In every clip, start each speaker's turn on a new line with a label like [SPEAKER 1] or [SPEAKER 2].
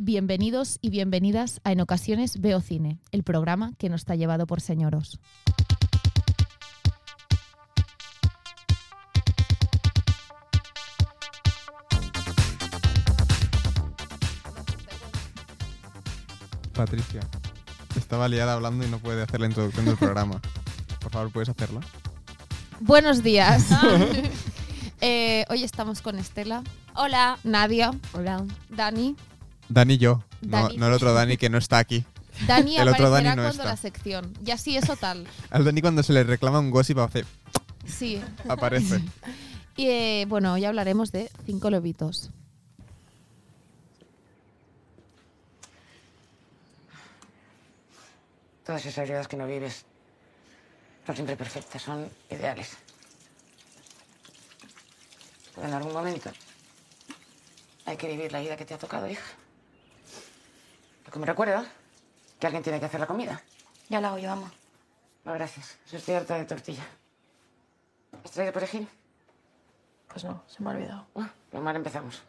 [SPEAKER 1] Bienvenidos y bienvenidas a En ocasiones veo cine, el programa que nos está llevado por señoros.
[SPEAKER 2] Patricia. Estaba liada hablando y no puede hacer la introducción del programa. Por favor, ¿puedes hacerla?
[SPEAKER 1] Buenos días. Eh, hoy estamos con Estela,
[SPEAKER 3] Hola.
[SPEAKER 1] Nadia,
[SPEAKER 3] Hola.
[SPEAKER 1] Dani.
[SPEAKER 2] Dani y yo. No,
[SPEAKER 1] Dani.
[SPEAKER 2] no el otro Dani que no está aquí.
[SPEAKER 1] Dani
[SPEAKER 2] El otro
[SPEAKER 1] aparecerá
[SPEAKER 2] Dani no
[SPEAKER 1] cuando
[SPEAKER 2] está.
[SPEAKER 1] la sección. Y así eso tal.
[SPEAKER 2] Al Dani cuando se le reclama un gossip hace-
[SPEAKER 1] Sí.
[SPEAKER 2] aparece.
[SPEAKER 1] Y eh, bueno, hoy hablaremos de cinco lobitos.
[SPEAKER 4] Todas esas vidas que no vives son siempre perfectas, son ideales. Pero en algún momento hay que vivir la vida que te ha tocado, hija. Porque me recuerda que alguien tiene que hacer la comida.
[SPEAKER 3] Ya la hago yo, ama.
[SPEAKER 4] No, gracias. Yo estoy harta de tortilla. ¿Has traído perejil?
[SPEAKER 3] Pues no, se me ha olvidado.
[SPEAKER 4] Bueno, lo mal empezamos.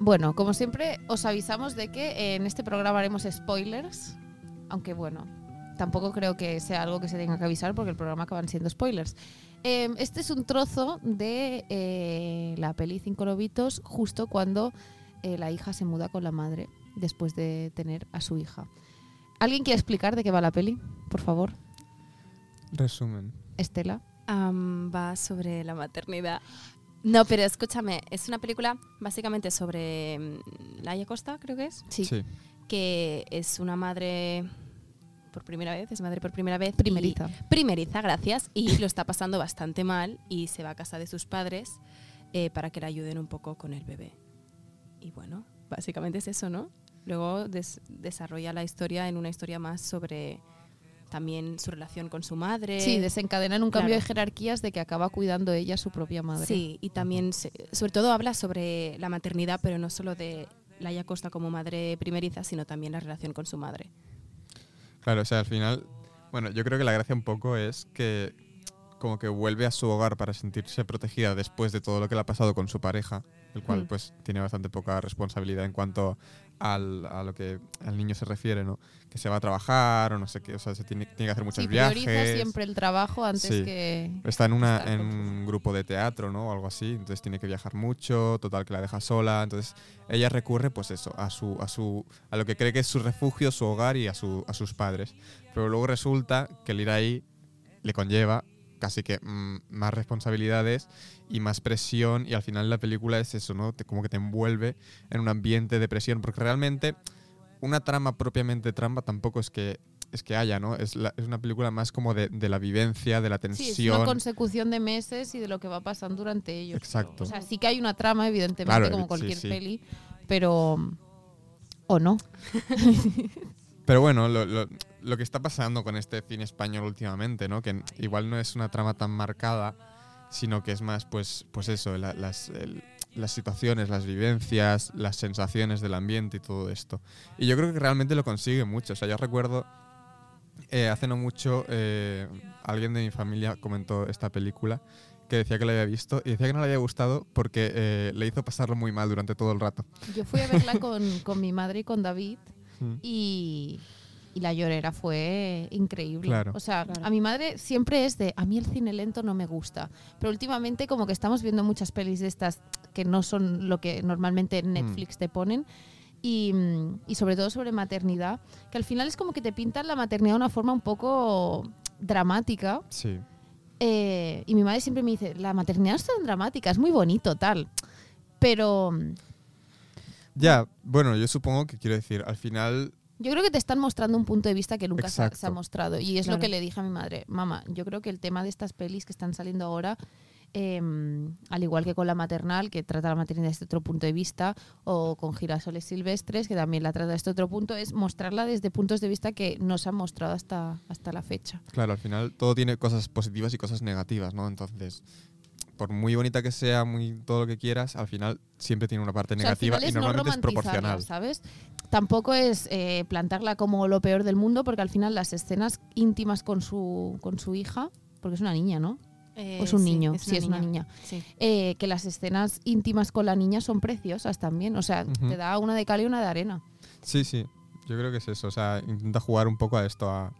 [SPEAKER 1] Bueno, como siempre, os avisamos de que eh, en este programa haremos spoilers. Aunque bueno, tampoco creo que sea algo que se tenga que avisar porque el programa acaban siendo spoilers. Eh, este es un trozo de eh, la peli Cinco Lobitos, justo cuando eh, la hija se muda con la madre después de tener a su hija. ¿Alguien quiere explicar de qué va la peli? Por favor,
[SPEAKER 2] Resumen.
[SPEAKER 1] Estela.
[SPEAKER 5] Am, va sobre la maternidad. No, pero escúchame, es una película básicamente sobre mm, Laia Costa, creo que es,
[SPEAKER 2] Sí.
[SPEAKER 5] que es una madre por primera vez, es madre por primera vez. y-
[SPEAKER 1] Primeriza.
[SPEAKER 5] primeriza, gracias, y lo está pasando bastante mal y se va a casa de sus padres eh, para que la ayuden un poco con el bebé. Y bueno, básicamente es eso, ¿no? Luego des- desarrolla la historia en una historia más sobre también su relación con su madre.
[SPEAKER 1] Sí, desencadenan un cambio
[SPEAKER 5] eh, claro.
[SPEAKER 1] de jerarquías de que acaba cuidando ella a su propia madre.
[SPEAKER 5] Sí, y también, se- sobre todo, habla sobre la maternidad, pero no solo de Laia Costa como madre primeriza, sino también la relación con su madre.
[SPEAKER 2] Claro, o sea, al final. Bueno, yo creo que la gracia un poco es que como que vuelve a su hogar para sentirse protegida después de todo lo que le ha pasado con su pareja, el cual
[SPEAKER 5] Mm.
[SPEAKER 2] pues tiene bastante poca responsabilidad en cuanto al, a lo que al niño se refiere, ¿no? Que se va a trabajar o no sé qué, o sea, se tiene, tiene que hacer muchos
[SPEAKER 1] Sí,
[SPEAKER 2] viajes.
[SPEAKER 1] prioriza siempre el trabajo antes
[SPEAKER 2] Sí.
[SPEAKER 1] que
[SPEAKER 2] Está en, una,
[SPEAKER 1] Estar
[SPEAKER 2] en
[SPEAKER 1] con
[SPEAKER 2] un grupo de teatro, ¿no? O algo así. Entonces tiene que viajar mucho, total que la deja sola. Entonces ella recurre, pues eso, a su, a su, a lo que cree que es su refugio, su hogar y a, su, a sus padres. Pero luego resulta que el ir ahí le conlleva casi que mm, más responsabilidades y más presión y al final la película es eso, ¿no? Te- como que te envuelve en un ambiente de presión porque realmente una trama propiamente trama tampoco es que es que haya, ¿no? Es, la- es una película más como de, de la vivencia, de la
[SPEAKER 1] Sí,
[SPEAKER 2] tensión.
[SPEAKER 1] es una consecución de meses y de lo que va pasando durante ellos.
[SPEAKER 2] Exacto.
[SPEAKER 1] O sea, sí que hay una trama, evidentemente,
[SPEAKER 2] Claro,
[SPEAKER 1] como
[SPEAKER 2] sí,
[SPEAKER 1] cualquier
[SPEAKER 2] sí.
[SPEAKER 1] peli, pero... ¿O no?
[SPEAKER 2] Pero bueno, lo, lo- lo que está pasando con este cine español últimamente, ¿no? Que n- igual no es una trama tan marcada, sino que es más, pues, pues eso, la- las, el- las situaciones, las vivencias, las sensaciones del ambiente y todo esto. Y yo creo que realmente lo consigue mucho. O sea, yo recuerdo, eh, hace no mucho, eh, alguien de mi familia comentó esta película que decía que la había visto y decía que no le había gustado porque eh, le hizo pasarlo muy mal durante todo el rato.
[SPEAKER 1] Yo fui a verla con, con mi madre y con David
[SPEAKER 2] Mm.
[SPEAKER 1] y, y la llorera fue increíble.
[SPEAKER 2] Claro.
[SPEAKER 1] O sea,
[SPEAKER 5] Claro.
[SPEAKER 1] a mi madre siempre es de, a mí el cine lento no me gusta, pero últimamente como que estamos viendo muchas pelis de estas que no son lo que normalmente en Netflix te ponen. Y, mm, y sobre todo sobre maternidad, que al final es como que te pintan la maternidad de una forma un poco dramática.
[SPEAKER 2] Sí.
[SPEAKER 1] Eh, y mi madre siempre me dice, la maternidad no es tan dramática, es muy bonito, tal. Pero mm,
[SPEAKER 2] Ya, bueno, yo supongo que quiero decir, al final
[SPEAKER 1] Yo creo que te están mostrando un punto de vista que nunca se ha,
[SPEAKER 2] Exacto.
[SPEAKER 1] se ha mostrado. Y es lo
[SPEAKER 5] Claro.
[SPEAKER 1] que le dije a mi madre. Mamá, yo creo que el tema de estas pelis que están saliendo ahora, eh, al igual que con la maternal, que trata la maternidad desde otro punto de vista, o con girasoles silvestres, que también la trata desde otro punto, es mostrarla desde puntos de vista que no se han mostrado hasta, hasta la fecha.
[SPEAKER 2] Claro, al final todo tiene cosas positivas y cosas negativas, ¿no? Entonces, por muy bonita que sea, muy todo lo que quieras, al final siempre tiene una parte
[SPEAKER 1] O sea, al
[SPEAKER 2] negativa
[SPEAKER 1] final
[SPEAKER 2] y normalmente es
[SPEAKER 1] romantizarla,
[SPEAKER 2] proporcional.
[SPEAKER 1] ¿sabes? Tampoco es eh, plantarla como lo peor del mundo, porque al final las escenas íntimas con su, con su hija, porque es una niña, ¿no?
[SPEAKER 5] Eh,
[SPEAKER 1] O es un
[SPEAKER 5] sí,
[SPEAKER 1] niño, sí, es una niña.
[SPEAKER 5] Sí.
[SPEAKER 1] Eh, que las escenas íntimas con la niña son preciosas también. O sea,
[SPEAKER 2] Ujú.
[SPEAKER 1] te da una de cal y una de arena.
[SPEAKER 2] Sí, sí. Yo creo que es eso. O sea, intenta jugar un poco a esto, a,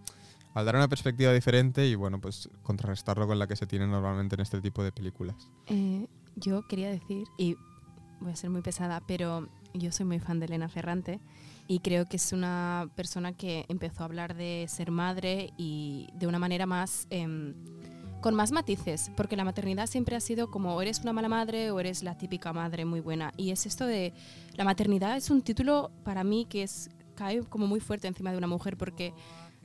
[SPEAKER 2] al dar una perspectiva diferente y, bueno, pues contrarrestarlo con la que se tiene normalmente en este tipo de películas.
[SPEAKER 5] Eh, yo quería decir, y voy a ser muy pesada, pero yo soy muy fan de Elena Ferrante y creo que es una persona que empezó a hablar de ser madre y de una manera más... em, con más matices, porque la maternidad siempre ha sido como o eres una mala madre o eres la típica madre muy buena. Y es esto de la maternidad es un título para mí que es cae como muy fuerte encima de una mujer porque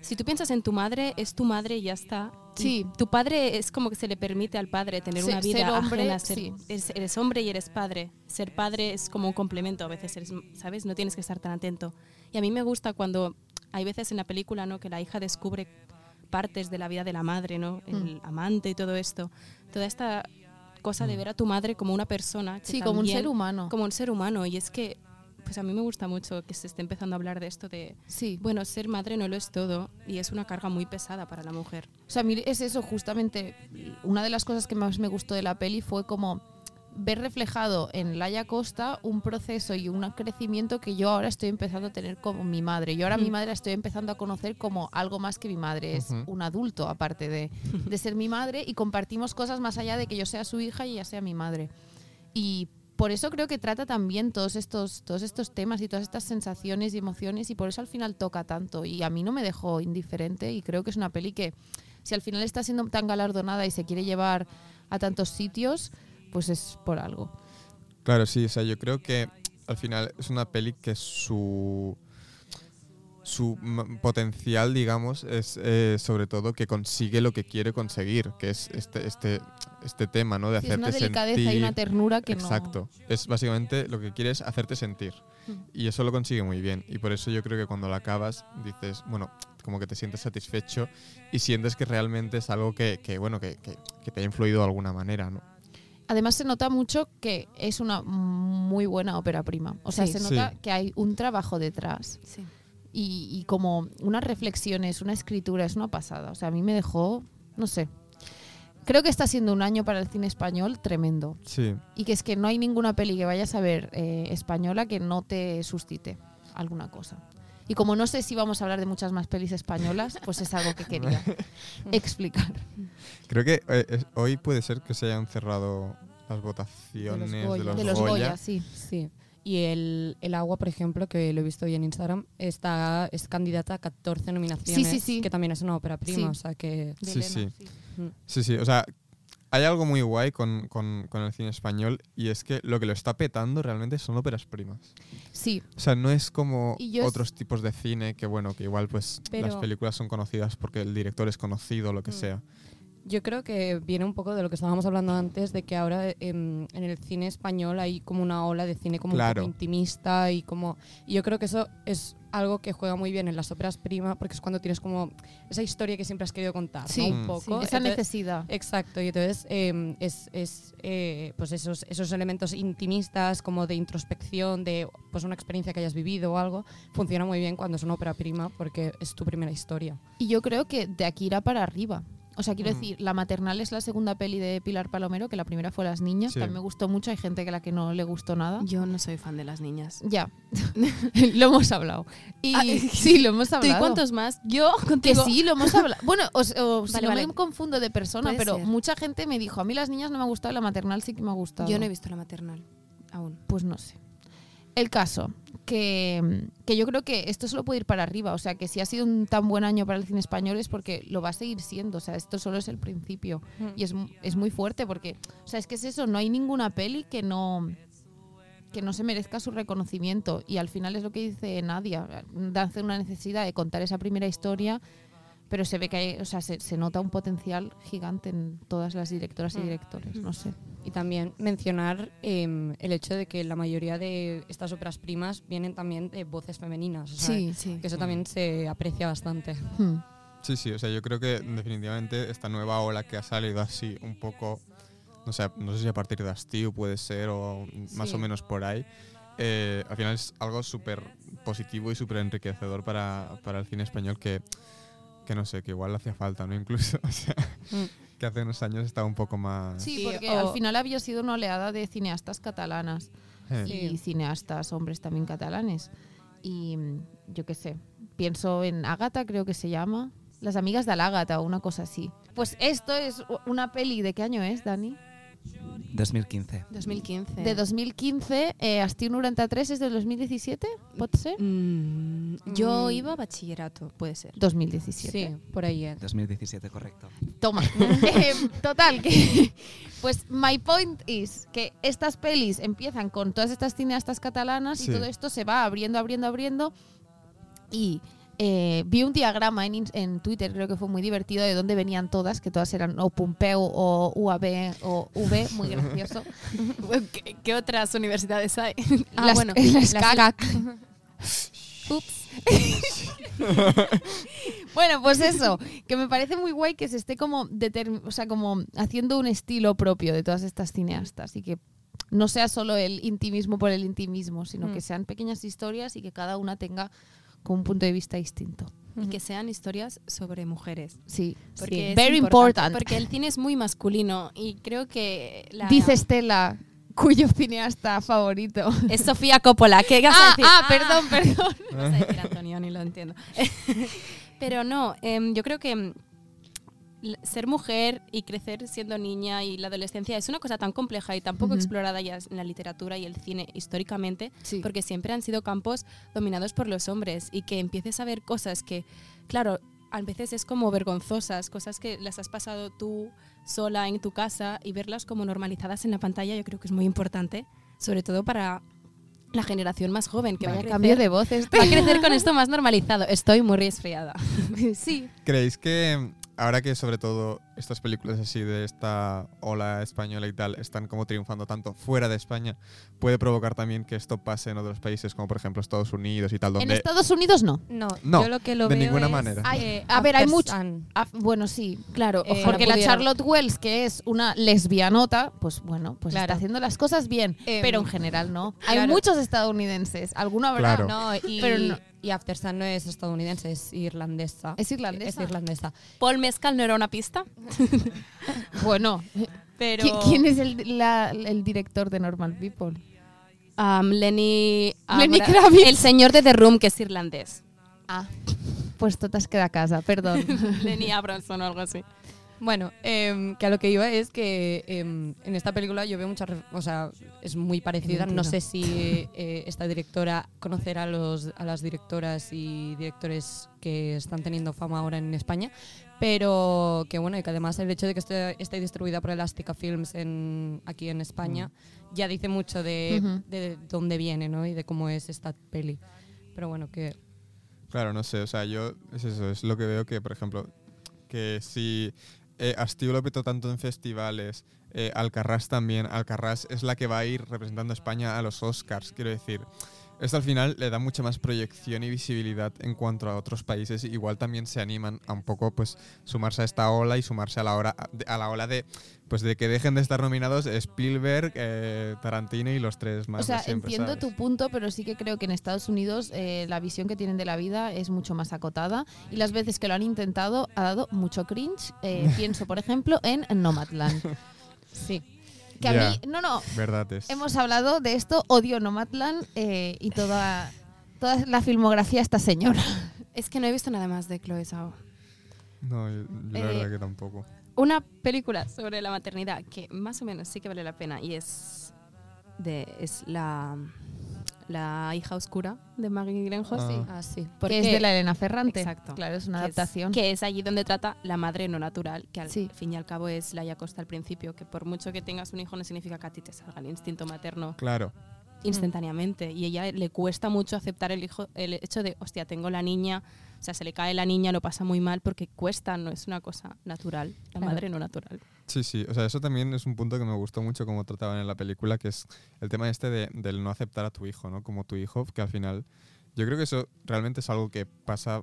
[SPEAKER 5] si tú piensas en tu madre es tu madre y ya está. Y
[SPEAKER 1] Sí.
[SPEAKER 5] tu padre es como que se le permite al padre tener
[SPEAKER 1] Se-
[SPEAKER 5] una vida
[SPEAKER 1] ser hombre,
[SPEAKER 5] ajena, ser-
[SPEAKER 1] sí.
[SPEAKER 5] eres, eres hombre y eres padre. Ser padre es como un complemento, a veces eres, ¿sabes? No tienes que estar tan atento. Y a mí me gusta cuando hay veces en la película, ¿no? que la hija descubre partes de la vida de la madre, ¿no? El amante y todo esto. Toda esta cosa de ver a tu madre como una persona, que
[SPEAKER 1] Sí, como un
[SPEAKER 5] también-
[SPEAKER 1] ser humano.
[SPEAKER 5] como un ser humano y es que pues a mí me gusta mucho que se esté empezando a hablar de esto de
[SPEAKER 1] Sí.
[SPEAKER 5] bueno, ser madre no lo es todo y es una carga muy pesada para la mujer.
[SPEAKER 1] O sea, a mí es eso, justamente. Una de las cosas que más me gustó de la peli fue como ver reflejado en Laia Costa un proceso y un crecimiento que yo ahora estoy empezando a tener como mi madre. Yo ahora mi
[SPEAKER 5] Mm.
[SPEAKER 1] madre la estoy empezando a conocer como algo más que mi madre. Es
[SPEAKER 2] Ujú.
[SPEAKER 1] un adulto, aparte de, de ser mi madre, y compartimos cosas más allá de que yo sea su hija y ella sea mi madre. Y por eso creo que trata también todos estos, todos estos temas y todas estas sensaciones y emociones y por eso al final toca tanto. Y a mí no me dejó indiferente y creo que es una peli que si al final está siendo tan galardonada y se quiere llevar a tantos sitios, pues es por algo.
[SPEAKER 2] Claro, sí. O sea, yo creo que al final es una peli que su su m- potencial, digamos, es eh, sobre todo que consigue lo que quiere conseguir, que es este este este tema, ¿no? De
[SPEAKER 1] Sí, es
[SPEAKER 2] hacerte
[SPEAKER 1] una delicadeza y una
[SPEAKER 2] sentir-
[SPEAKER 1] ternura que no-
[SPEAKER 2] Exacto. Es básicamente lo que quieres hacerte sentir.
[SPEAKER 1] Mm.
[SPEAKER 2] Y eso lo consigue muy bien. Y por eso yo creo que cuando la acabas dices, bueno, como que te sientes satisfecho y sientes que realmente es algo que, que, bueno, que, que- que te ha influido de alguna manera, ¿no?
[SPEAKER 1] Además se nota mucho que es una muy buena ópera prima. O sea,
[SPEAKER 5] Sí.
[SPEAKER 1] se nota
[SPEAKER 2] Sí.
[SPEAKER 1] que hay un trabajo detrás
[SPEAKER 5] Sí.
[SPEAKER 1] y, y como unas reflexiones, una escritura, es una pasada. O sea, a mí me dejó, no sé. Creo que está siendo un año para el cine español tremendo.
[SPEAKER 2] Sí.
[SPEAKER 1] Y que es que no hay ninguna peli que vayas a ver eh, española que no te suscite alguna cosa. Y como no sé si vamos a hablar de muchas más pelis españolas, pues es algo que quería explicar.
[SPEAKER 2] Creo que eh, es- hoy puede ser que se hayan cerrado las votaciones de los,
[SPEAKER 5] Goya.
[SPEAKER 1] De los
[SPEAKER 2] Goya.
[SPEAKER 1] Goya, sí.
[SPEAKER 6] Sí. Y el, el agua, por ejemplo, que lo he visto hoy en Instagram, está, es candidata a 14 nominaciones,
[SPEAKER 1] Sí, sí, sí.
[SPEAKER 6] que también es una ópera prima,
[SPEAKER 1] Sí.
[SPEAKER 6] o sea que...
[SPEAKER 2] Sí, sí.
[SPEAKER 1] Mm.
[SPEAKER 2] Sí, sí, o sea, hay algo muy guay con, con- con el cine español y es que lo que lo está petando realmente son óperas primas.
[SPEAKER 1] Sí,
[SPEAKER 2] O sea, no es como
[SPEAKER 1] Y yo es-
[SPEAKER 2] otros tipos de cine que, bueno, que igual pues las
[SPEAKER 6] Pero-
[SPEAKER 2] películas son conocidas porque el director es conocido, lo que
[SPEAKER 1] Mm.
[SPEAKER 2] sea.
[SPEAKER 6] Yo creo que viene un poco de lo que estábamos hablando antes, de que ahora em, en el cine español hay como una ola de cine como un
[SPEAKER 2] Claro.
[SPEAKER 6] poco intimista y como... Y yo creo que eso es algo que juega muy bien en las óperas prima, porque es cuando tienes como esa historia que siempre has querido contar, ¿no?
[SPEAKER 1] Sí.
[SPEAKER 2] Mm.
[SPEAKER 6] Un poco.
[SPEAKER 1] esa
[SPEAKER 6] Entonces-
[SPEAKER 1] necesidad.
[SPEAKER 6] Exacto, y entonces eh, es, es, eh, pues esos, esos elementos intimistas, como de introspección, de pues una experiencia que hayas vivido o algo, funciona muy bien cuando es una ópera prima porque es tu primera historia.
[SPEAKER 1] Y yo creo que de aquí irá para arriba. O sea, quiero
[SPEAKER 2] Mm.
[SPEAKER 1] decir, La Maternal es la segunda peli de Pilar Palomero, que la primera fue Las Niñas.
[SPEAKER 2] Sí.
[SPEAKER 1] También me gustó mucho, hay gente que la que no le gustó nada.
[SPEAKER 5] Yo no soy fan de las niñas.
[SPEAKER 1] Ya, lo hemos hablado. Y
[SPEAKER 5] Ah,
[SPEAKER 1] sí, lo hemos
[SPEAKER 5] ¿Tú y
[SPEAKER 1] hablado.
[SPEAKER 5] cuántos más? Yo
[SPEAKER 1] Que
[SPEAKER 5] contigo.
[SPEAKER 1] sí, lo hemos hablado. Bueno, o, o si
[SPEAKER 5] Vale,
[SPEAKER 1] no
[SPEAKER 5] vale.
[SPEAKER 1] me confundo de persona,
[SPEAKER 5] Puede
[SPEAKER 1] pero
[SPEAKER 5] ser.
[SPEAKER 1] mucha gente me dijo, a mí las niñas no me ha gustado, la maternal sí que me ha gustado.
[SPEAKER 5] Yo no he visto la maternal aún.
[SPEAKER 1] Pues no sé. El caso, que, que yo creo que esto solo puede ir para arriba. O sea, que si ha sido un tan buen año para el cine español es porque lo va a seguir siendo. O sea, esto solo es el principio. Y es, mu- es muy fuerte porque, o sea, es que es eso, no hay ninguna peli que no que no se merezca su reconocimiento y al final es lo que dice Nadia, hace una necesidad de contar esa primera historia, pero se ve que hay, o sea, se, se nota un potencial gigante en todas las directoras y directores, no sé.
[SPEAKER 6] Y también mencionar em, el hecho de que la mayoría de estas óperas primas vienen también de voces femeninas, o sea,
[SPEAKER 5] sí.
[SPEAKER 6] que eso también se aprecia bastante.
[SPEAKER 1] Hmm.
[SPEAKER 2] Sí, sí, o sea, yo creo que definitivamente esta nueva ola que ha salido así un poco no sé, no sé si a partir de Astiu puede ser o más
[SPEAKER 1] Sí.
[SPEAKER 2] o menos por ahí. eh, al final es algo súper positivo y súper enriquecedor para, para el cine español que, que no sé, que igual hacía falta, ¿no? Incluso, o sea, que hace unos años estaba un poco más...
[SPEAKER 1] Mm. Sí,
[SPEAKER 6] Sí,
[SPEAKER 1] porque
[SPEAKER 6] o-
[SPEAKER 1] al final había sido una oleada de cineastas catalanas
[SPEAKER 2] eh.
[SPEAKER 1] y
[SPEAKER 6] Sí.
[SPEAKER 1] cineastas hombres también catalanes. Y mm, yo qué sé, pienso en Ágata, creo que se llama. Las amigas de la Ágata o una cosa así. Pues esto es u- una peli, ¿de qué año es, Dani?
[SPEAKER 7] 2015.
[SPEAKER 5] 2015.
[SPEAKER 1] De 2015, eh, Astiu 93 es del 2017, ¿puede ser?
[SPEAKER 5] Mm, yo
[SPEAKER 6] Mm.
[SPEAKER 5] iba a bachillerato, puede ser.
[SPEAKER 1] 2017.
[SPEAKER 6] Sí, por ahí. eh.
[SPEAKER 7] 2017, correcto.
[SPEAKER 1] Toma. Eh, total, que. Pues my point is que estas pelis empiezan con todas estas cineastas catalanas
[SPEAKER 2] Sí.
[SPEAKER 1] y todo esto se va abriendo, abriendo, abriendo. Y eh, vi un diagrama en, ins- en Twitter, creo que fue muy divertido, de dónde venían todas, que todas eran o Pompeu o UAB o V, muy gracioso.
[SPEAKER 5] ¿Qué, qué otras universidades hay? ah,
[SPEAKER 1] Las-
[SPEAKER 5] bueno.
[SPEAKER 1] las
[SPEAKER 5] las
[SPEAKER 1] CAC.
[SPEAKER 5] Ups.
[SPEAKER 1] Bueno, pues eso, que me parece muy guay que se esté como, determ- o sea, como haciendo un estilo propio de todas estas cineastas y que no sea solo el intimismo por el intimismo, sino
[SPEAKER 6] Mm.
[SPEAKER 1] que sean pequeñas historias y que cada una tenga como un punto de vista distinto.
[SPEAKER 5] Y que sean historias sobre mujeres.
[SPEAKER 1] Sí,
[SPEAKER 5] Porque
[SPEAKER 1] sí.
[SPEAKER 5] es
[SPEAKER 1] very important.
[SPEAKER 5] Porque el cine es muy masculino y creo que la...
[SPEAKER 1] Dice Estela, cuyo cineasta favorito.
[SPEAKER 5] Es Sofía Coppola. ¿Qué vas a
[SPEAKER 1] Ah,
[SPEAKER 5] decir?
[SPEAKER 1] ah, perdón, perdón.
[SPEAKER 5] No vas a decir Antonio, ni lo entiendo. Pero no, em, yo creo que em, l- ser mujer y crecer siendo niña y la adolescencia es una cosa tan compleja y tan poco
[SPEAKER 1] Ujú.
[SPEAKER 5] explorada ya en la literatura y el cine históricamente,
[SPEAKER 1] Sí.
[SPEAKER 5] porque siempre han sido campos dominados por los hombres y que empieces a ver cosas que, claro, a veces es como vergonzosas, cosas que las has pasado tú sola en tu casa y verlas como normalizadas en la pantalla, yo creo que es muy importante, sobre todo para la generación más joven que va a
[SPEAKER 1] Vaya
[SPEAKER 5] crecer
[SPEAKER 1] cambio de voz este.
[SPEAKER 5] Va a crecer con esto más normalizado. Estoy muy resfriada. Sí.
[SPEAKER 2] ¿Creéis que mm, ahora que sobre todo estas películas así de esta ola española y tal están como triunfando tanto fuera de España, puede provocar también que esto pase en otros países como por ejemplo Estados Unidos y tal,
[SPEAKER 1] En
[SPEAKER 2] donde...
[SPEAKER 1] Estados Unidos no.
[SPEAKER 6] No,
[SPEAKER 2] No,
[SPEAKER 6] yo lo que lo
[SPEAKER 2] de
[SPEAKER 6] veo
[SPEAKER 2] ninguna
[SPEAKER 6] es,
[SPEAKER 2] manera.
[SPEAKER 1] Ay,
[SPEAKER 6] eh,
[SPEAKER 1] a ver, hay
[SPEAKER 6] After
[SPEAKER 1] mucho-
[SPEAKER 6] Sun.
[SPEAKER 1] Ah, bueno, sí,
[SPEAKER 5] Claro,
[SPEAKER 6] Eh,
[SPEAKER 1] Porque la
[SPEAKER 5] pudiera-
[SPEAKER 1] Charlotte Wells, que es una lesbianota, pues bueno, pues
[SPEAKER 6] Claro.
[SPEAKER 1] está haciendo las cosas bien,
[SPEAKER 6] Em,
[SPEAKER 1] pero en general no. Hay
[SPEAKER 6] claro.
[SPEAKER 1] muchos estadounidenses, alguno habrá.
[SPEAKER 2] Claro.
[SPEAKER 6] No, y,
[SPEAKER 1] Pero no-
[SPEAKER 6] y After Sun no es estadounidense, es irlandesa.
[SPEAKER 1] ¿Es irlandesa?
[SPEAKER 6] Es irlandesa.
[SPEAKER 5] Paul Mescal no era una pista.
[SPEAKER 1] Bueno,
[SPEAKER 5] Pero.
[SPEAKER 1] ¿qui- ¿quién es el, la- el director de Normal People?
[SPEAKER 5] Am, Lenny.
[SPEAKER 1] Lenny
[SPEAKER 5] ahora-
[SPEAKER 1] Kravitz.
[SPEAKER 5] El señor de The Room, que es irlandés.
[SPEAKER 1] Ah, pues totas queda a casa, perdón.
[SPEAKER 5] Lenny Abramson o algo así.
[SPEAKER 6] Bueno, em, que a lo que iba es que em, en esta película yo veo muchas, ref- o sea, es muy parecida. No
[SPEAKER 1] Mentira.
[SPEAKER 6] sé si eh, esta directora conocerá a, los, a las directoras y directores que están teniendo fama ahora en España, pero que bueno, y que además el hecho de que esté, esté distribuida por Elástica Films en, aquí en España ya dice mucho de,
[SPEAKER 1] Mm. Ujú.
[SPEAKER 6] de dónde viene, ¿no? Y de cómo es esta peli. Pero bueno, que
[SPEAKER 2] Claro, no sé, o sea, yo es eso, es lo que veo que, por ejemplo, que si eh, Astío lo petó tanto en festivales, eh, Alcarrás también, Alcarrás es la que va a ir representando a España a los Oscars, quiero decir. Esto al final le da mucha más proyección y visibilidad en cuanto a otros países. Igual también se animan a un poco pues sumarse a esta ola y sumarse a la hora a la ola de pues de que dejen de estar nominados Spielberg, eh, Tarantino y los tres más.
[SPEAKER 1] o sea,
[SPEAKER 2] de siempre,
[SPEAKER 1] entiendo
[SPEAKER 2] ¿sabes?
[SPEAKER 1] tu punto, pero sí que creo que en Estados Unidos eh, la visión que tienen de la vida es mucho más acotada y las veces que lo han intentado ha dado mucho cringe. Eh, pienso, por ejemplo, en Nomadland.
[SPEAKER 6] sí.
[SPEAKER 1] Que a
[SPEAKER 2] Ya.
[SPEAKER 1] mí, no, no,
[SPEAKER 2] Verdad es.
[SPEAKER 1] Hemos hablado de esto, odio Nomadland eh, y toda, toda la filmografía de esta señora.
[SPEAKER 5] Es que no he visto nada más de Chloe Zhao.
[SPEAKER 2] No, yo- yo la
[SPEAKER 5] Eh,
[SPEAKER 2] verdad que tampoco.
[SPEAKER 5] Una película sobre la maternidad que más o menos sí que vale la pena y es. De, es la. La hija oscura de Maggie Gyllenhaal.
[SPEAKER 2] Ah.
[SPEAKER 6] Ah, sí.
[SPEAKER 5] Porque-
[SPEAKER 1] que es de la Elena Ferrante.
[SPEAKER 5] Exacto.
[SPEAKER 1] Claro, es una
[SPEAKER 5] que es-
[SPEAKER 1] adaptación.
[SPEAKER 5] Que es, allí donde trata la madre no natural, que al
[SPEAKER 1] Sí.
[SPEAKER 5] fin y al cabo es la Yacosta al principio, que por mucho que tengas un hijo no significa que a ti te salga el instinto materno
[SPEAKER 2] Claro.
[SPEAKER 5] instantáneamente. Y ella le cuesta mucho aceptar el, hijo, el hecho de, hostia, tengo la niña, o sea, se le cae la niña, lo pasa muy mal, porque cuesta, no es una cosa natural, la
[SPEAKER 1] Claro.
[SPEAKER 5] madre no natural.
[SPEAKER 2] Sí, sí, o sea, eso también es un punto que me gustó mucho como trataban en la película, que es el tema este de, del no aceptar a tu hijo, ¿no? Como tu hijo, que al final, yo creo que eso realmente es algo que pasa,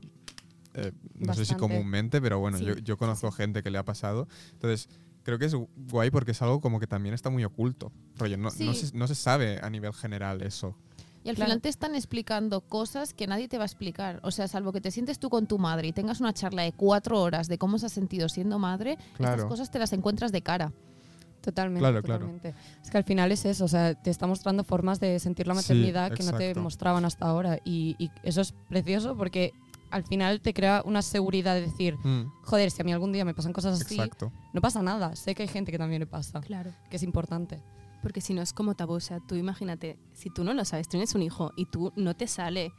[SPEAKER 2] eh, no sé si
[SPEAKER 6] Bastante.
[SPEAKER 2] comúnmente, pero bueno,
[SPEAKER 5] Sí,
[SPEAKER 2] yo, yo conozco gente que le ha pasado. Entonces, creo que es guay porque es algo como que también está muy oculto. Rollo, no, no
[SPEAKER 1] Sí.
[SPEAKER 2] se, no se sabe a nivel general eso.
[SPEAKER 1] Y al
[SPEAKER 6] Claro.
[SPEAKER 1] final te están explicando cosas que nadie te va a explicar. O sea, salvo que te sientes tú con tu madre y tengas una charla de cuatro horas de cómo se ha sentido siendo madre,
[SPEAKER 2] Claro.
[SPEAKER 1] estas cosas te las encuentras de cara.
[SPEAKER 6] Totalmente,
[SPEAKER 2] Claro, claro.
[SPEAKER 6] totalmente. Es que al final es eso, o sea, te está mostrando formas de sentir la
[SPEAKER 2] Sí,
[SPEAKER 6] maternidad que no te
[SPEAKER 2] exacto.
[SPEAKER 6] mostraban hasta ahora. Y, y eso es precioso porque al final te crea una seguridad de decir,
[SPEAKER 2] Mm,
[SPEAKER 6] joder, si a mí algún día me pasan cosas así,
[SPEAKER 2] Exacto.
[SPEAKER 6] no pasa nada. Sé que hay gente que también le pasa,
[SPEAKER 5] Claro.
[SPEAKER 6] que es importante.
[SPEAKER 5] Porque si no es como tabú, o sea, tú imagínate, si tú no lo sabes, tienes un hijo y tú no te sale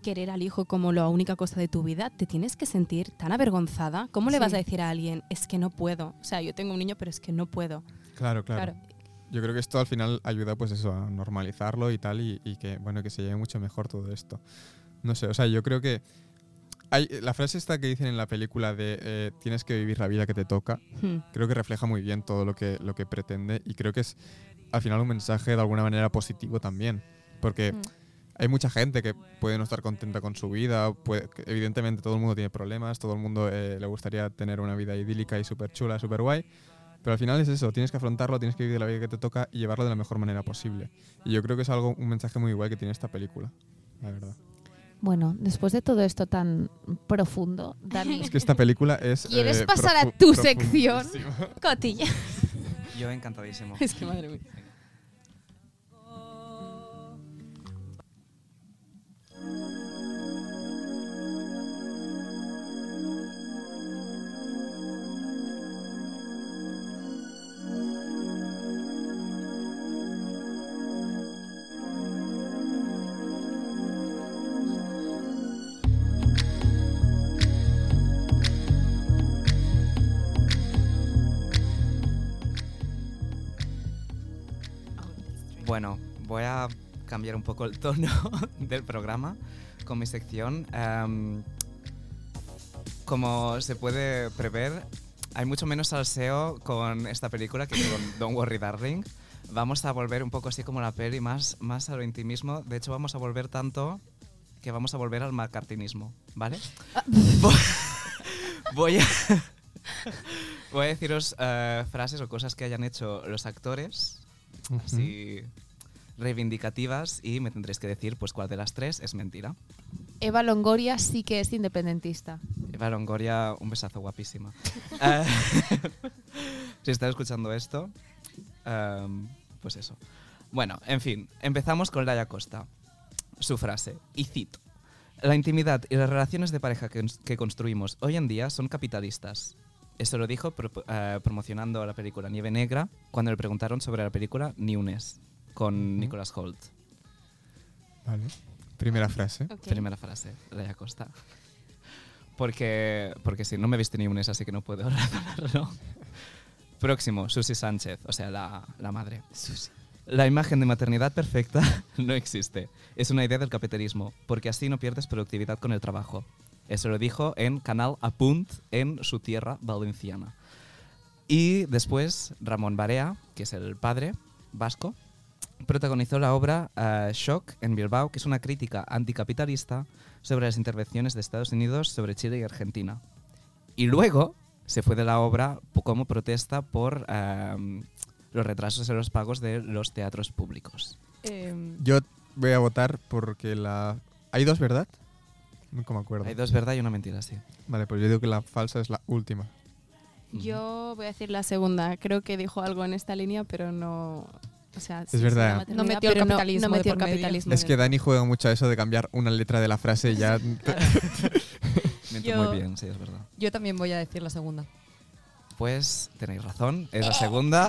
[SPEAKER 5] querer al hijo como la única cosa de tu vida, te tienes que sentir tan avergonzada. ¿Cómo le
[SPEAKER 6] Sí.
[SPEAKER 5] vas a decir a alguien, es que no puedo? O sea, yo tengo un niño, pero es que no puedo.
[SPEAKER 2] Claro, claro.
[SPEAKER 6] Claro.
[SPEAKER 2] Yo creo que esto al final ayuda pues eso, a normalizarlo y tal, y, y que bueno, que se lleve mucho mejor todo esto. No sé, o sea, yo creo que hay, la frase esta que dicen en la película de eh, tienes que vivir la vida que te toca,
[SPEAKER 5] Hmm.
[SPEAKER 2] creo que refleja muy bien todo lo que, lo que pretende y creo que es al final un mensaje de alguna manera positivo también, porque
[SPEAKER 6] Mm.
[SPEAKER 2] hay mucha gente que puede no estar contenta con su vida, puede- que evidentemente todo el mundo tiene problemas, todo el mundo eh, le gustaría tener una vida idílica y súper chula, súper guay, pero al final es eso, tienes que afrontarlo, tienes que vivir la vida que te toca y llevarlo de la mejor manera posible. Y yo creo que es algo, un mensaje muy guay que tiene esta película, la verdad.
[SPEAKER 1] Bueno, después de todo esto tan profundo, Dani,
[SPEAKER 2] Es que esta película es... eh,
[SPEAKER 1] ¿Quieres pasar a tu
[SPEAKER 2] profu-
[SPEAKER 1] sección?
[SPEAKER 2] profundísima.
[SPEAKER 5] Cotilla.
[SPEAKER 7] Yo encantadísimo.
[SPEAKER 5] es que madre mía.
[SPEAKER 7] Bueno, voy a cambiar un poco el tono del programa con mi sección. Em, como se puede prever, hay mucho menos salseo con esta película que con Don't Worry Darling. Vamos a volver un poco así como la peli, más, más a lo intimismo. De hecho, vamos a volver tanto que vamos a volver al macartinismo, ¿vale? Voy- voy a... Voy a deciros eh, frases o cosas que hayan hecho los actores así reivindicativas y me tendréis que decir pues cuál de las tres es mentira.
[SPEAKER 1] Eva Longoria sí que es independentista.
[SPEAKER 7] Eva Longoria, un besazo guapísima. Eh, si estás escuchando esto, em, pues eso. Bueno, en fin, empezamos con Laia Costa. Su frase, y cito. La intimidad y las relaciones de pareja que, cons- que construimos hoy en día son capitalistas. Esto lo dijo pro- eh, promocionando la película Nieve Negra cuando le preguntaron sobre la película Newness con Nicholas Holt.
[SPEAKER 2] Vale. Primera frase.
[SPEAKER 7] Primera frase, Laia Costa. Porque, porque sí, no me he visto ni un es, así que no puedo razonarlo. Próximo, Susi Sánchez, o sea, la, la madre. La imagen de maternidad perfecta no existe. Es una idea del capitalismo, porque así no pierdes productividad con el trabajo. Eso lo dijo en Canal Apunt, en su tierra valenciana. Y después, Ramón Barea, que es el padre vasco, protagonizó la obra eh, Shock en Bilbao, que es una crítica anticapitalista sobre las intervenciones de Estados Unidos sobre Chile y Argentina. Y luego se fue de la obra po- como protesta por eh, los retrasos en los pagos de los teatros públicos.
[SPEAKER 2] Yo voy a votar porque la... ¿Hay dos, verdad? Nunca me acuerdo.
[SPEAKER 7] Hay dos verdad y una mentira, sí.
[SPEAKER 2] Vale, pues yo digo que la falsa es la última.
[SPEAKER 5] Yo voy a decir la segunda. Creo que dijo algo en esta línea, pero no. O sea,
[SPEAKER 2] sí, sí, verdad. la
[SPEAKER 6] maternidad, pero no- no metió el capitalismo
[SPEAKER 2] Es que Dani juega mucho a eso de cambiar una letra de la frase y ya...
[SPEAKER 7] Miento
[SPEAKER 6] Yo-
[SPEAKER 7] muy bien, sí, es verdad.
[SPEAKER 6] Yo también voy a decir la segunda.
[SPEAKER 7] Pues tenéis razón, es la segunda.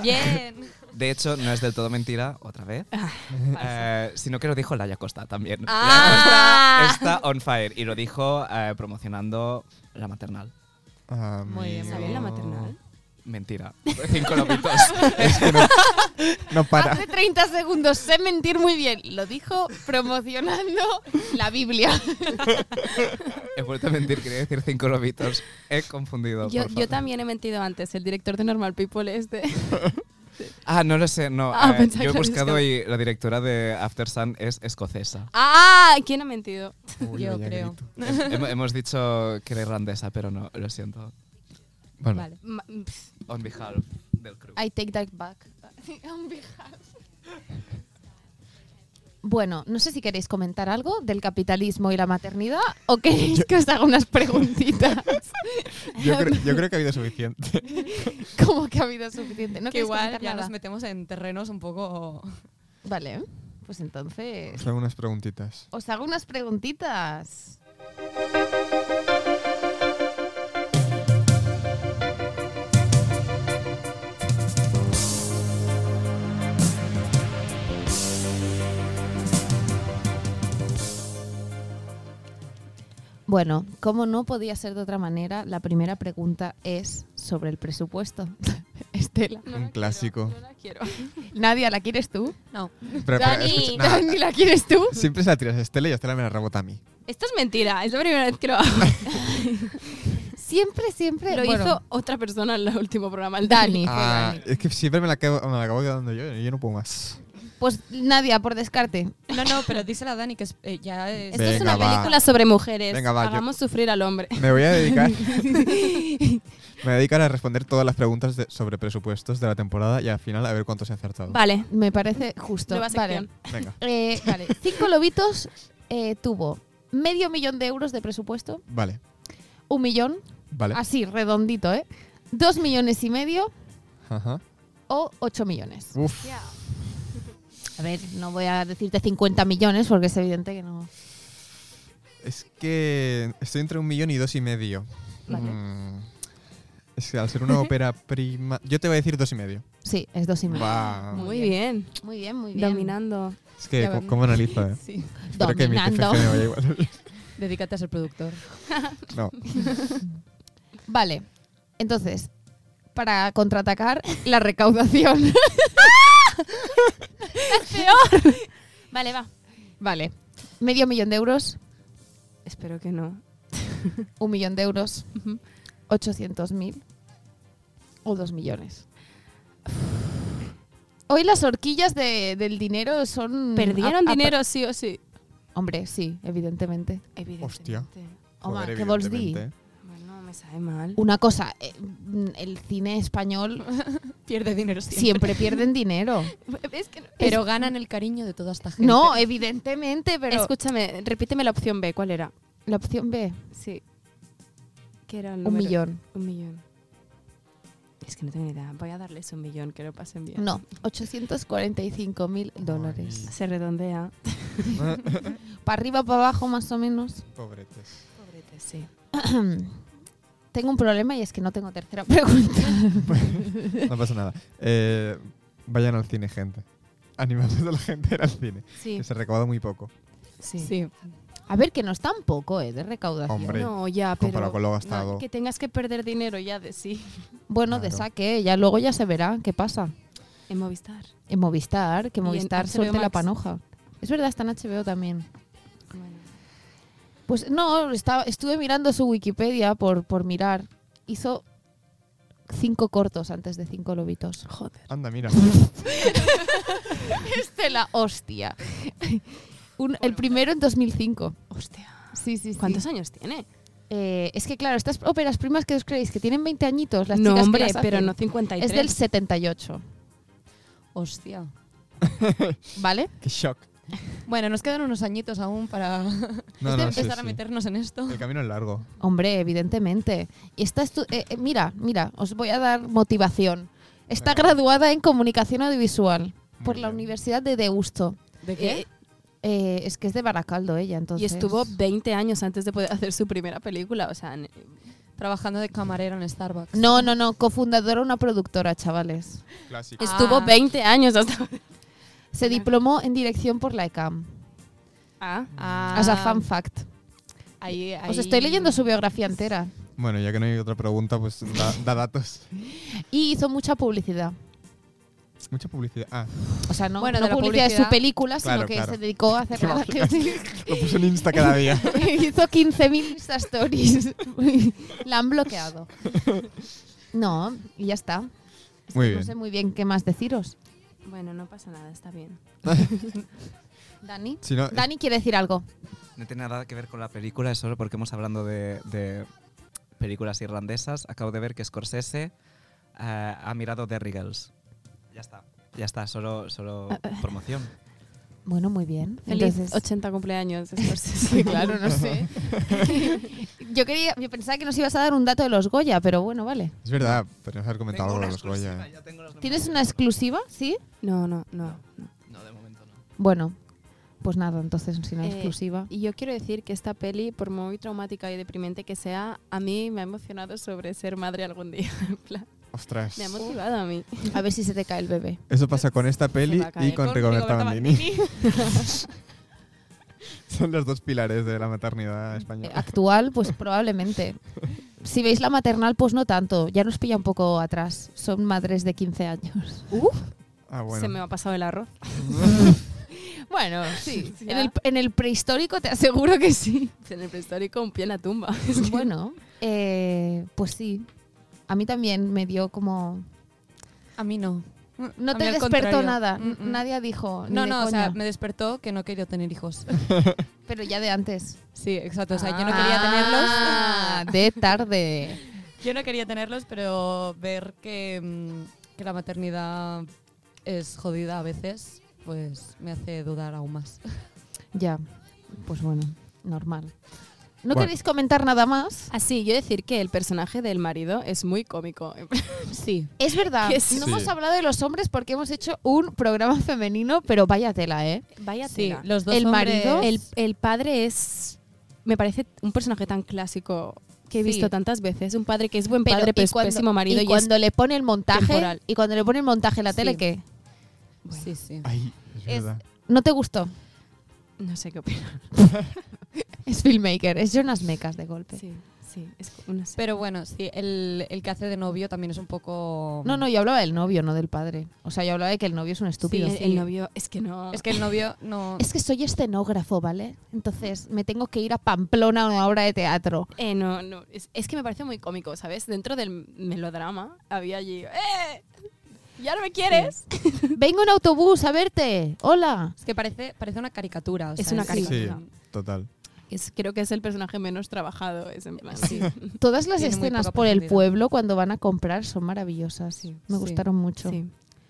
[SPEAKER 6] Bien.
[SPEAKER 7] De hecho, no es del todo mentira, otra vez.
[SPEAKER 5] Ah,
[SPEAKER 7] Eh, sino que lo dijo Laia Costa también.
[SPEAKER 6] Ah.
[SPEAKER 7] Laia Costa está on fire y lo dijo eh, promocionando la maternal.
[SPEAKER 5] Muy bien,
[SPEAKER 2] Amigo.
[SPEAKER 5] ¿Sale en la maternal?
[SPEAKER 7] Mentira. Cinco lobitos.
[SPEAKER 2] Es que no, no para.
[SPEAKER 1] Hace 30 segundos, sé mentir muy bien. Lo dijo promocionando la Biblia.
[SPEAKER 7] He vuelto a mentir, quería decir cinco lobitos. He confundido.
[SPEAKER 5] Yo,
[SPEAKER 7] por
[SPEAKER 5] yo
[SPEAKER 7] favor.
[SPEAKER 5] también he mentido antes. El director de Normal People es de.
[SPEAKER 7] Ah, no lo sé, no.
[SPEAKER 5] Ah,
[SPEAKER 7] eh,
[SPEAKER 5] pensaba
[SPEAKER 7] yo he
[SPEAKER 5] que lo
[SPEAKER 7] buscado y
[SPEAKER 5] decías.
[SPEAKER 7] la directora de After Sun es escocesa.
[SPEAKER 5] ¡Ah! ¿Quién ha mentido?
[SPEAKER 2] Uy,
[SPEAKER 6] Yo
[SPEAKER 2] vaya
[SPEAKER 6] creo.
[SPEAKER 2] grito.
[SPEAKER 7] Hem- hemos dicho que era irlandesa, pero no, lo siento.
[SPEAKER 8] Bueno,
[SPEAKER 5] Vale. Ma- pff,
[SPEAKER 7] On behalf del crew.
[SPEAKER 1] I take that back. On behalf. Bueno, no sé si queréis comentar algo del capitalismo y la maternidad o queréis que os haga unas preguntitas.
[SPEAKER 2] Yo creo, yo creo que ha habido suficiente.
[SPEAKER 1] Como que ha habido suficiente. No
[SPEAKER 6] que
[SPEAKER 1] queréis
[SPEAKER 6] igual
[SPEAKER 1] comentar
[SPEAKER 6] ya
[SPEAKER 1] nada?
[SPEAKER 6] nos metemos en terrenos un poco...
[SPEAKER 1] Vale, pues entonces
[SPEAKER 2] Son unas preguntitas.
[SPEAKER 1] os hago unas preguntitas. Bueno, como no podía ser de otra manera, la primera pregunta es sobre el presupuesto. Estela,
[SPEAKER 2] Un clásico.
[SPEAKER 1] Nadia, ¿la quieres tú?
[SPEAKER 2] Pero, pero,
[SPEAKER 5] Dani.
[SPEAKER 2] escucha, nada,
[SPEAKER 1] Dani, ¿la quieres tú?
[SPEAKER 2] siempre se la tiras a Estela y Estela me la rebota a mí.
[SPEAKER 5] Esto es mentira, es la primera vez que lo hago.
[SPEAKER 1] Siempre, siempre.
[SPEAKER 5] Lo
[SPEAKER 1] bueno,
[SPEAKER 5] hizo otra persona en el último programa, el Dani.
[SPEAKER 1] Dani.
[SPEAKER 2] Ah, es que siempre me la, acabo, me la acabo quedando yo y yo no puedo más.
[SPEAKER 1] Pues Nadia, por descarte.
[SPEAKER 6] No, no, pero dísela a Dani que es- eh, ya es...
[SPEAKER 5] Esto es
[SPEAKER 2] Ah, Venga,
[SPEAKER 5] una
[SPEAKER 2] va.
[SPEAKER 5] película sobre mujeres.
[SPEAKER 2] Venga, va, yo-
[SPEAKER 5] Hagamos sufrir al hombre.
[SPEAKER 2] Me voy a dedicar. me voy a dedicar a responder todas las preguntas de- sobre presupuestos de la temporada y al final a ver cuántos he acertado.
[SPEAKER 5] Vale,
[SPEAKER 1] Me parece justo.
[SPEAKER 5] nueva
[SPEAKER 1] Vale.
[SPEAKER 5] sección.
[SPEAKER 2] Venga.
[SPEAKER 1] Eh, vale. Cinco lobitos eh, tuvo medio millón de euros de presupuesto,
[SPEAKER 2] Vale.
[SPEAKER 1] un millón,
[SPEAKER 2] Vale.
[SPEAKER 1] así, redondito, ¿eh? Dos millones y medio
[SPEAKER 2] Ajá.
[SPEAKER 1] o ocho millones.
[SPEAKER 2] Uf.
[SPEAKER 1] A ver, no voy a decirte 50 millones porque es evidente que no.
[SPEAKER 2] Es que estoy entre un millón y dos y medio.
[SPEAKER 1] Vale.
[SPEAKER 2] Mm. Es que al ser una ópera prima. Yo te voy a decir dos y medio.
[SPEAKER 1] Sí, es dos y medio.
[SPEAKER 2] Va.
[SPEAKER 5] Muy bien.
[SPEAKER 1] Muy bien, muy bien.
[SPEAKER 5] Dominando.
[SPEAKER 2] Es que,
[SPEAKER 6] Ya
[SPEAKER 2] ¿cómo,
[SPEAKER 6] va.
[SPEAKER 2] cómo analizo, eh?
[SPEAKER 6] Sí,
[SPEAKER 2] Espero que mi TFG
[SPEAKER 1] Dominando.
[SPEAKER 2] me vaya igual.
[SPEAKER 6] dedícate a ser productor.
[SPEAKER 2] No.
[SPEAKER 1] Vale. Entonces, para contraatacar la recaudación.
[SPEAKER 5] Vale, va.
[SPEAKER 1] Vale. Medio millón de euros,
[SPEAKER 5] Espero que no.
[SPEAKER 1] un millón de euros, 800 mil o dos millones. Hoy las horquillas de- del dinero son...
[SPEAKER 5] Perdieron
[SPEAKER 1] a- a-
[SPEAKER 5] dinero sí o sí.
[SPEAKER 1] Hombre, sí, evidentemente.
[SPEAKER 5] Evidentemente.
[SPEAKER 2] Hostia.
[SPEAKER 1] Home,
[SPEAKER 2] Joder,
[SPEAKER 1] què vols dir?
[SPEAKER 2] evidentemente.
[SPEAKER 5] Bueno, me sabe mal.
[SPEAKER 1] Una cosa, eh, mm, el cine español
[SPEAKER 6] Pierde dinero
[SPEAKER 1] siempre pierden dinero.
[SPEAKER 5] Es que no-
[SPEAKER 6] Pero ganan el cariño de toda esta gente.
[SPEAKER 1] No, evidentemente, pero...
[SPEAKER 5] Escúchame, repíteme la opción B, ¿cuál era?
[SPEAKER 1] la opción B,
[SPEAKER 5] Sí. ¿Qué era el
[SPEAKER 1] un
[SPEAKER 5] número?
[SPEAKER 1] millón.
[SPEAKER 5] Un millón. Es que no tengo ni idea. Voy a darles un millón, que lo pasen bien.
[SPEAKER 1] No, 845 mil dólares.
[SPEAKER 5] Se redondea.
[SPEAKER 1] Para arriba, para abajo, más o menos.
[SPEAKER 2] Pobretes.
[SPEAKER 5] Pobrete, sí.
[SPEAKER 1] Tengo un problema y es que no tengo tercera pregunta.
[SPEAKER 2] No pasa nada. Eh, vayan al cine, gente. Animadles a la gente a ir al cine.
[SPEAKER 5] Sí.
[SPEAKER 2] Que se recauda muy poco.
[SPEAKER 5] Sí.
[SPEAKER 6] Sí.
[SPEAKER 1] A ver, que no es tan poco, ¿eh? De recaudación.
[SPEAKER 2] Hombre,
[SPEAKER 5] No, ya, pero...
[SPEAKER 2] comparado con lo gastado.
[SPEAKER 5] no, que tengas que perder dinero ya de sí.
[SPEAKER 1] Bueno, de
[SPEAKER 2] Claro.
[SPEAKER 1] saque, ya luego ya se verá qué pasa.
[SPEAKER 5] En Movistar.
[SPEAKER 1] En Movistar, que
[SPEAKER 5] en
[SPEAKER 1] Movistar
[SPEAKER 5] HBO
[SPEAKER 1] suelte la
[SPEAKER 5] Max.
[SPEAKER 1] panoja. Es verdad, está en HBO también.
[SPEAKER 5] Bueno.
[SPEAKER 1] Pues no, estaba, estuve mirando su Wikipedia por, por mirar. Hizo cinco cortos antes de cinco lobitos.
[SPEAKER 5] Joder.
[SPEAKER 2] Anda, mira.
[SPEAKER 1] de la hostia. Un- el primero en 2005.
[SPEAKER 5] Hostia.
[SPEAKER 1] Sí, sí, sí.
[SPEAKER 5] ¿Cuántos años tiene?
[SPEAKER 1] Eh, es que claro, estas óperas primas que os creéis que tienen 20 añitos, las
[SPEAKER 5] no,
[SPEAKER 1] chicas que
[SPEAKER 5] hombre,
[SPEAKER 1] las hacen,
[SPEAKER 5] pero no 53.
[SPEAKER 1] es del 78,
[SPEAKER 6] Hostia.
[SPEAKER 1] ¿vale?
[SPEAKER 2] Qué shock.
[SPEAKER 6] Bueno, nos quedan unos añitos aún para
[SPEAKER 2] No, no,
[SPEAKER 6] es de
[SPEAKER 2] sí,
[SPEAKER 6] empezar a
[SPEAKER 2] sí.
[SPEAKER 6] meternos en esto.
[SPEAKER 2] El camino es largo.
[SPEAKER 1] Hombre, evidentemente. Y está estu- eh, eh, mira, mira, os voy a dar motivación. Está graduada en comunicación audiovisual por la
[SPEAKER 2] bien.
[SPEAKER 1] Universidad de Deusto.
[SPEAKER 6] ¿De
[SPEAKER 1] qué? Eh, es que es de Baracaldo ella, entonces.
[SPEAKER 5] Y estuvo 20 años antes de poder hacer su primera película. O sea, n-
[SPEAKER 6] Trabajando de camarera en Starbucks.
[SPEAKER 1] No, no, no, cofundadora de una productora, chavales. Ah.
[SPEAKER 2] Clásico.
[SPEAKER 5] estuvo 20 años hasta.
[SPEAKER 1] Se diplomó en dirección por la ECAM.
[SPEAKER 5] Ah,
[SPEAKER 6] Ah,
[SPEAKER 1] as a fun fact.
[SPEAKER 6] ahí-
[SPEAKER 1] Os
[SPEAKER 6] ahí-
[SPEAKER 1] estoy leyendo su biografía entera.
[SPEAKER 2] Bueno, ya que no hay otra pregunta, pues da, da datos.
[SPEAKER 1] Y hizo mucha publicidad.
[SPEAKER 2] Mucha publicidad. Ah,
[SPEAKER 1] O sea, no,
[SPEAKER 6] Bueno,
[SPEAKER 1] no
[SPEAKER 6] de la
[SPEAKER 1] publicidad, de su
[SPEAKER 6] publicidad.
[SPEAKER 1] película, sino
[SPEAKER 2] Claro,
[SPEAKER 1] que
[SPEAKER 2] claro.
[SPEAKER 1] se dedicó a hacer nada que
[SPEAKER 2] lo puso en Insta cada día.
[SPEAKER 1] Hizo 15.000 Insta Stories. La han bloqueado. No, y ya está. Es que
[SPEAKER 2] Muy
[SPEAKER 1] No sé
[SPEAKER 2] bien.
[SPEAKER 1] muy bien qué más deciros.
[SPEAKER 5] bueno, no pasa nada, está bien.
[SPEAKER 1] Dani.
[SPEAKER 2] Si no,
[SPEAKER 1] Dani quiere decir algo.
[SPEAKER 7] No tiene nada que ver con la película, es solo porque hemos hablando de, de películas irlandesas, acabo de ver que Scorsese eh, ha mirado Derry Girls. Ya está. Ya está, solo, solo
[SPEAKER 5] Ah, eh.
[SPEAKER 7] promoción.
[SPEAKER 1] Bueno, muy bien.
[SPEAKER 5] Feliz
[SPEAKER 1] Entonces-
[SPEAKER 5] 80 cumpleaños. Scorsese.
[SPEAKER 1] Sí, claro, no sé. yo quería, yo pensaba que nos ibas a dar un dato de los Goya, pero bueno, vale.
[SPEAKER 2] Es verdad, podríamos haber comentado algo de los Goya. eh.
[SPEAKER 1] ¿Tienes una exclusiva? ¿Sí?
[SPEAKER 5] No, no, no. no.
[SPEAKER 7] No, de momento no.
[SPEAKER 1] Bueno, pues nada, entonces si no hay
[SPEAKER 5] Eh,
[SPEAKER 1] exclusiva.
[SPEAKER 5] Y yo quiero decir que esta peli, por muy traumática y deprimente que sea, a mí me ha emocionado sobre ser madre algún día. En plan,
[SPEAKER 2] Ostras.
[SPEAKER 5] me ha motivado a mí.
[SPEAKER 1] A ver si se te cae el bebé.
[SPEAKER 2] Eso pasa con esta peli
[SPEAKER 5] va a caer
[SPEAKER 2] y con
[SPEAKER 5] con
[SPEAKER 2] Rigoberta
[SPEAKER 5] Rigoberta
[SPEAKER 2] Bandini. Son los dos pilares de la maternidad
[SPEAKER 1] Eh,
[SPEAKER 2] española.
[SPEAKER 1] Actual, pues probablemente. Si veis la maternal, pues no tanto. Ya nos pilla un poco atrás. Son madres de 15 años.
[SPEAKER 2] Ah,
[SPEAKER 5] Se me
[SPEAKER 2] bueno.
[SPEAKER 5] ha pasado el arroz.
[SPEAKER 1] Bueno, sí.
[SPEAKER 5] Sí,
[SPEAKER 1] En
[SPEAKER 5] ya.
[SPEAKER 1] el, en el prehistórico te aseguro que sí.
[SPEAKER 5] En el prehistórico, un pie en la tumba.
[SPEAKER 1] Bueno, eh, pues sí. A mí también me dio como...
[SPEAKER 6] A mí no.
[SPEAKER 1] No
[SPEAKER 6] A
[SPEAKER 1] te
[SPEAKER 6] mí al
[SPEAKER 1] despertó
[SPEAKER 6] contrario.
[SPEAKER 1] nada.
[SPEAKER 6] Mm, mm.
[SPEAKER 1] Nadie dijo. ni
[SPEAKER 6] No,
[SPEAKER 1] de
[SPEAKER 6] no, o sea,
[SPEAKER 1] coña.
[SPEAKER 6] me despertó que no quería tener hijos.
[SPEAKER 1] Pero ya de antes.
[SPEAKER 6] Sí, exacto. O sea, yo no quería
[SPEAKER 1] Ah,
[SPEAKER 6] tenerlos.
[SPEAKER 1] De tarde.
[SPEAKER 6] Yo no quería tenerlos, pero ver que, mm, que la maternidad es jodida a veces, pues me hace dudar aún más.
[SPEAKER 1] Ya, pues bueno, normal. ¿No
[SPEAKER 2] Bueno.
[SPEAKER 1] queréis comentar nada más?
[SPEAKER 5] Así, Ah, yo decir que el personaje del marido es muy cómico. eh,
[SPEAKER 6] Sí.
[SPEAKER 1] Es verdad,
[SPEAKER 5] Que
[SPEAKER 1] no
[SPEAKER 5] sí.
[SPEAKER 1] hemos
[SPEAKER 2] Sí.
[SPEAKER 1] hablado de los hombres porque hemos hecho un programa femenino, pero vaya tela, ¿eh?
[SPEAKER 5] Vaya
[SPEAKER 6] Sí,
[SPEAKER 5] tela.
[SPEAKER 6] los dos
[SPEAKER 1] El
[SPEAKER 6] hombres-
[SPEAKER 1] marido-
[SPEAKER 5] El, el padre es. Me parece un personaje tan clásico que he
[SPEAKER 1] Sí.
[SPEAKER 5] visto tantas veces. Un padre que es buen padre,
[SPEAKER 1] y
[SPEAKER 5] pero es pésimo marido.
[SPEAKER 1] Y,
[SPEAKER 5] Y,
[SPEAKER 1] cuando
[SPEAKER 5] es,
[SPEAKER 1] le pone el montaje,
[SPEAKER 5] temporal.
[SPEAKER 1] y cuando le pone el montaje en la
[SPEAKER 5] Sí.
[SPEAKER 1] tele, ¿qué?
[SPEAKER 5] Bueno,
[SPEAKER 6] Sí, sí.
[SPEAKER 2] Ay, es
[SPEAKER 1] Es-
[SPEAKER 2] verdad.
[SPEAKER 1] No te gustó.
[SPEAKER 5] no sé qué opinar.
[SPEAKER 1] Es filmmaker, es Jonas Mecas de golpe.
[SPEAKER 5] Sí, sí, es una serie.
[SPEAKER 6] Pero bueno, sí, el, el que hace de novio también es un poco...
[SPEAKER 1] No, no, yo hablaba del novio, no del padre. O sea, yo hablaba de que el novio es un estúpido.
[SPEAKER 5] el, el novio, es que no.
[SPEAKER 6] Es que el novio no...
[SPEAKER 1] Es que soy escenógrafo, ¿vale? Entonces me tengo que ir a Pamplona a una obra de teatro.
[SPEAKER 5] Eh, no, no. Es, es que me parece muy cómico, ¿sabes? Dentro del melodrama había allí. ¡Eh! ¡Ya no me quieres!
[SPEAKER 1] Vengo en autobús a verte. Hola.
[SPEAKER 6] Es que parece, parece una caricatura. o
[SPEAKER 5] Es
[SPEAKER 6] sea,
[SPEAKER 5] una
[SPEAKER 2] Sí,
[SPEAKER 5] caricatura.
[SPEAKER 2] total.
[SPEAKER 5] Es- creo que es el personaje menos trabajado. Es en plan,
[SPEAKER 6] Sí.
[SPEAKER 1] Todas las
[SPEAKER 6] Tiene muy
[SPEAKER 1] escenas
[SPEAKER 6] poca
[SPEAKER 1] por el
[SPEAKER 6] profundidad.
[SPEAKER 1] pueblo cuando van a comprar son maravillosas.
[SPEAKER 5] Sí,
[SPEAKER 1] Me
[SPEAKER 6] sí,
[SPEAKER 1] gustaron mucho.
[SPEAKER 5] sí.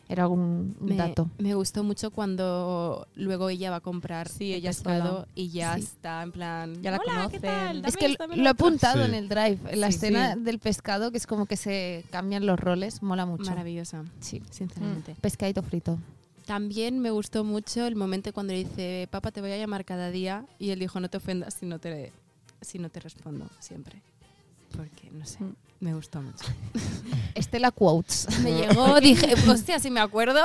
[SPEAKER 1] Era un, un
[SPEAKER 5] Me,
[SPEAKER 1] dato.
[SPEAKER 5] me gustó mucho cuando luego ella va a comprar
[SPEAKER 6] Sí,
[SPEAKER 5] el
[SPEAKER 6] ella
[SPEAKER 5] pescado
[SPEAKER 6] sola.
[SPEAKER 5] y ya
[SPEAKER 1] Sí.
[SPEAKER 5] está en plan.
[SPEAKER 6] Ya la
[SPEAKER 5] Hola, ¿qué
[SPEAKER 6] conocen.
[SPEAKER 5] tal?
[SPEAKER 1] Es
[SPEAKER 5] Dame
[SPEAKER 1] que
[SPEAKER 5] esto, dame
[SPEAKER 1] lo he
[SPEAKER 5] lo otro".
[SPEAKER 1] apuntado
[SPEAKER 2] Sí.
[SPEAKER 1] en el drive, la
[SPEAKER 5] Sí,
[SPEAKER 1] escena
[SPEAKER 5] sí.
[SPEAKER 1] del pescado, que es como que se cambian los roles, mola mucho.
[SPEAKER 5] Maravillosa, sí, sinceramente.
[SPEAKER 1] Pescadito frito.
[SPEAKER 5] También me gustó mucho el momento cuando le dice, papá, te voy a llamar cada día. Y él dijo, no te ofendas si no te, si no te respondo siempre. Porque, no sé, me gustó mucho.
[SPEAKER 1] Estela Quotes.
[SPEAKER 5] Me llegó, dije, hostia, si me acuerdo.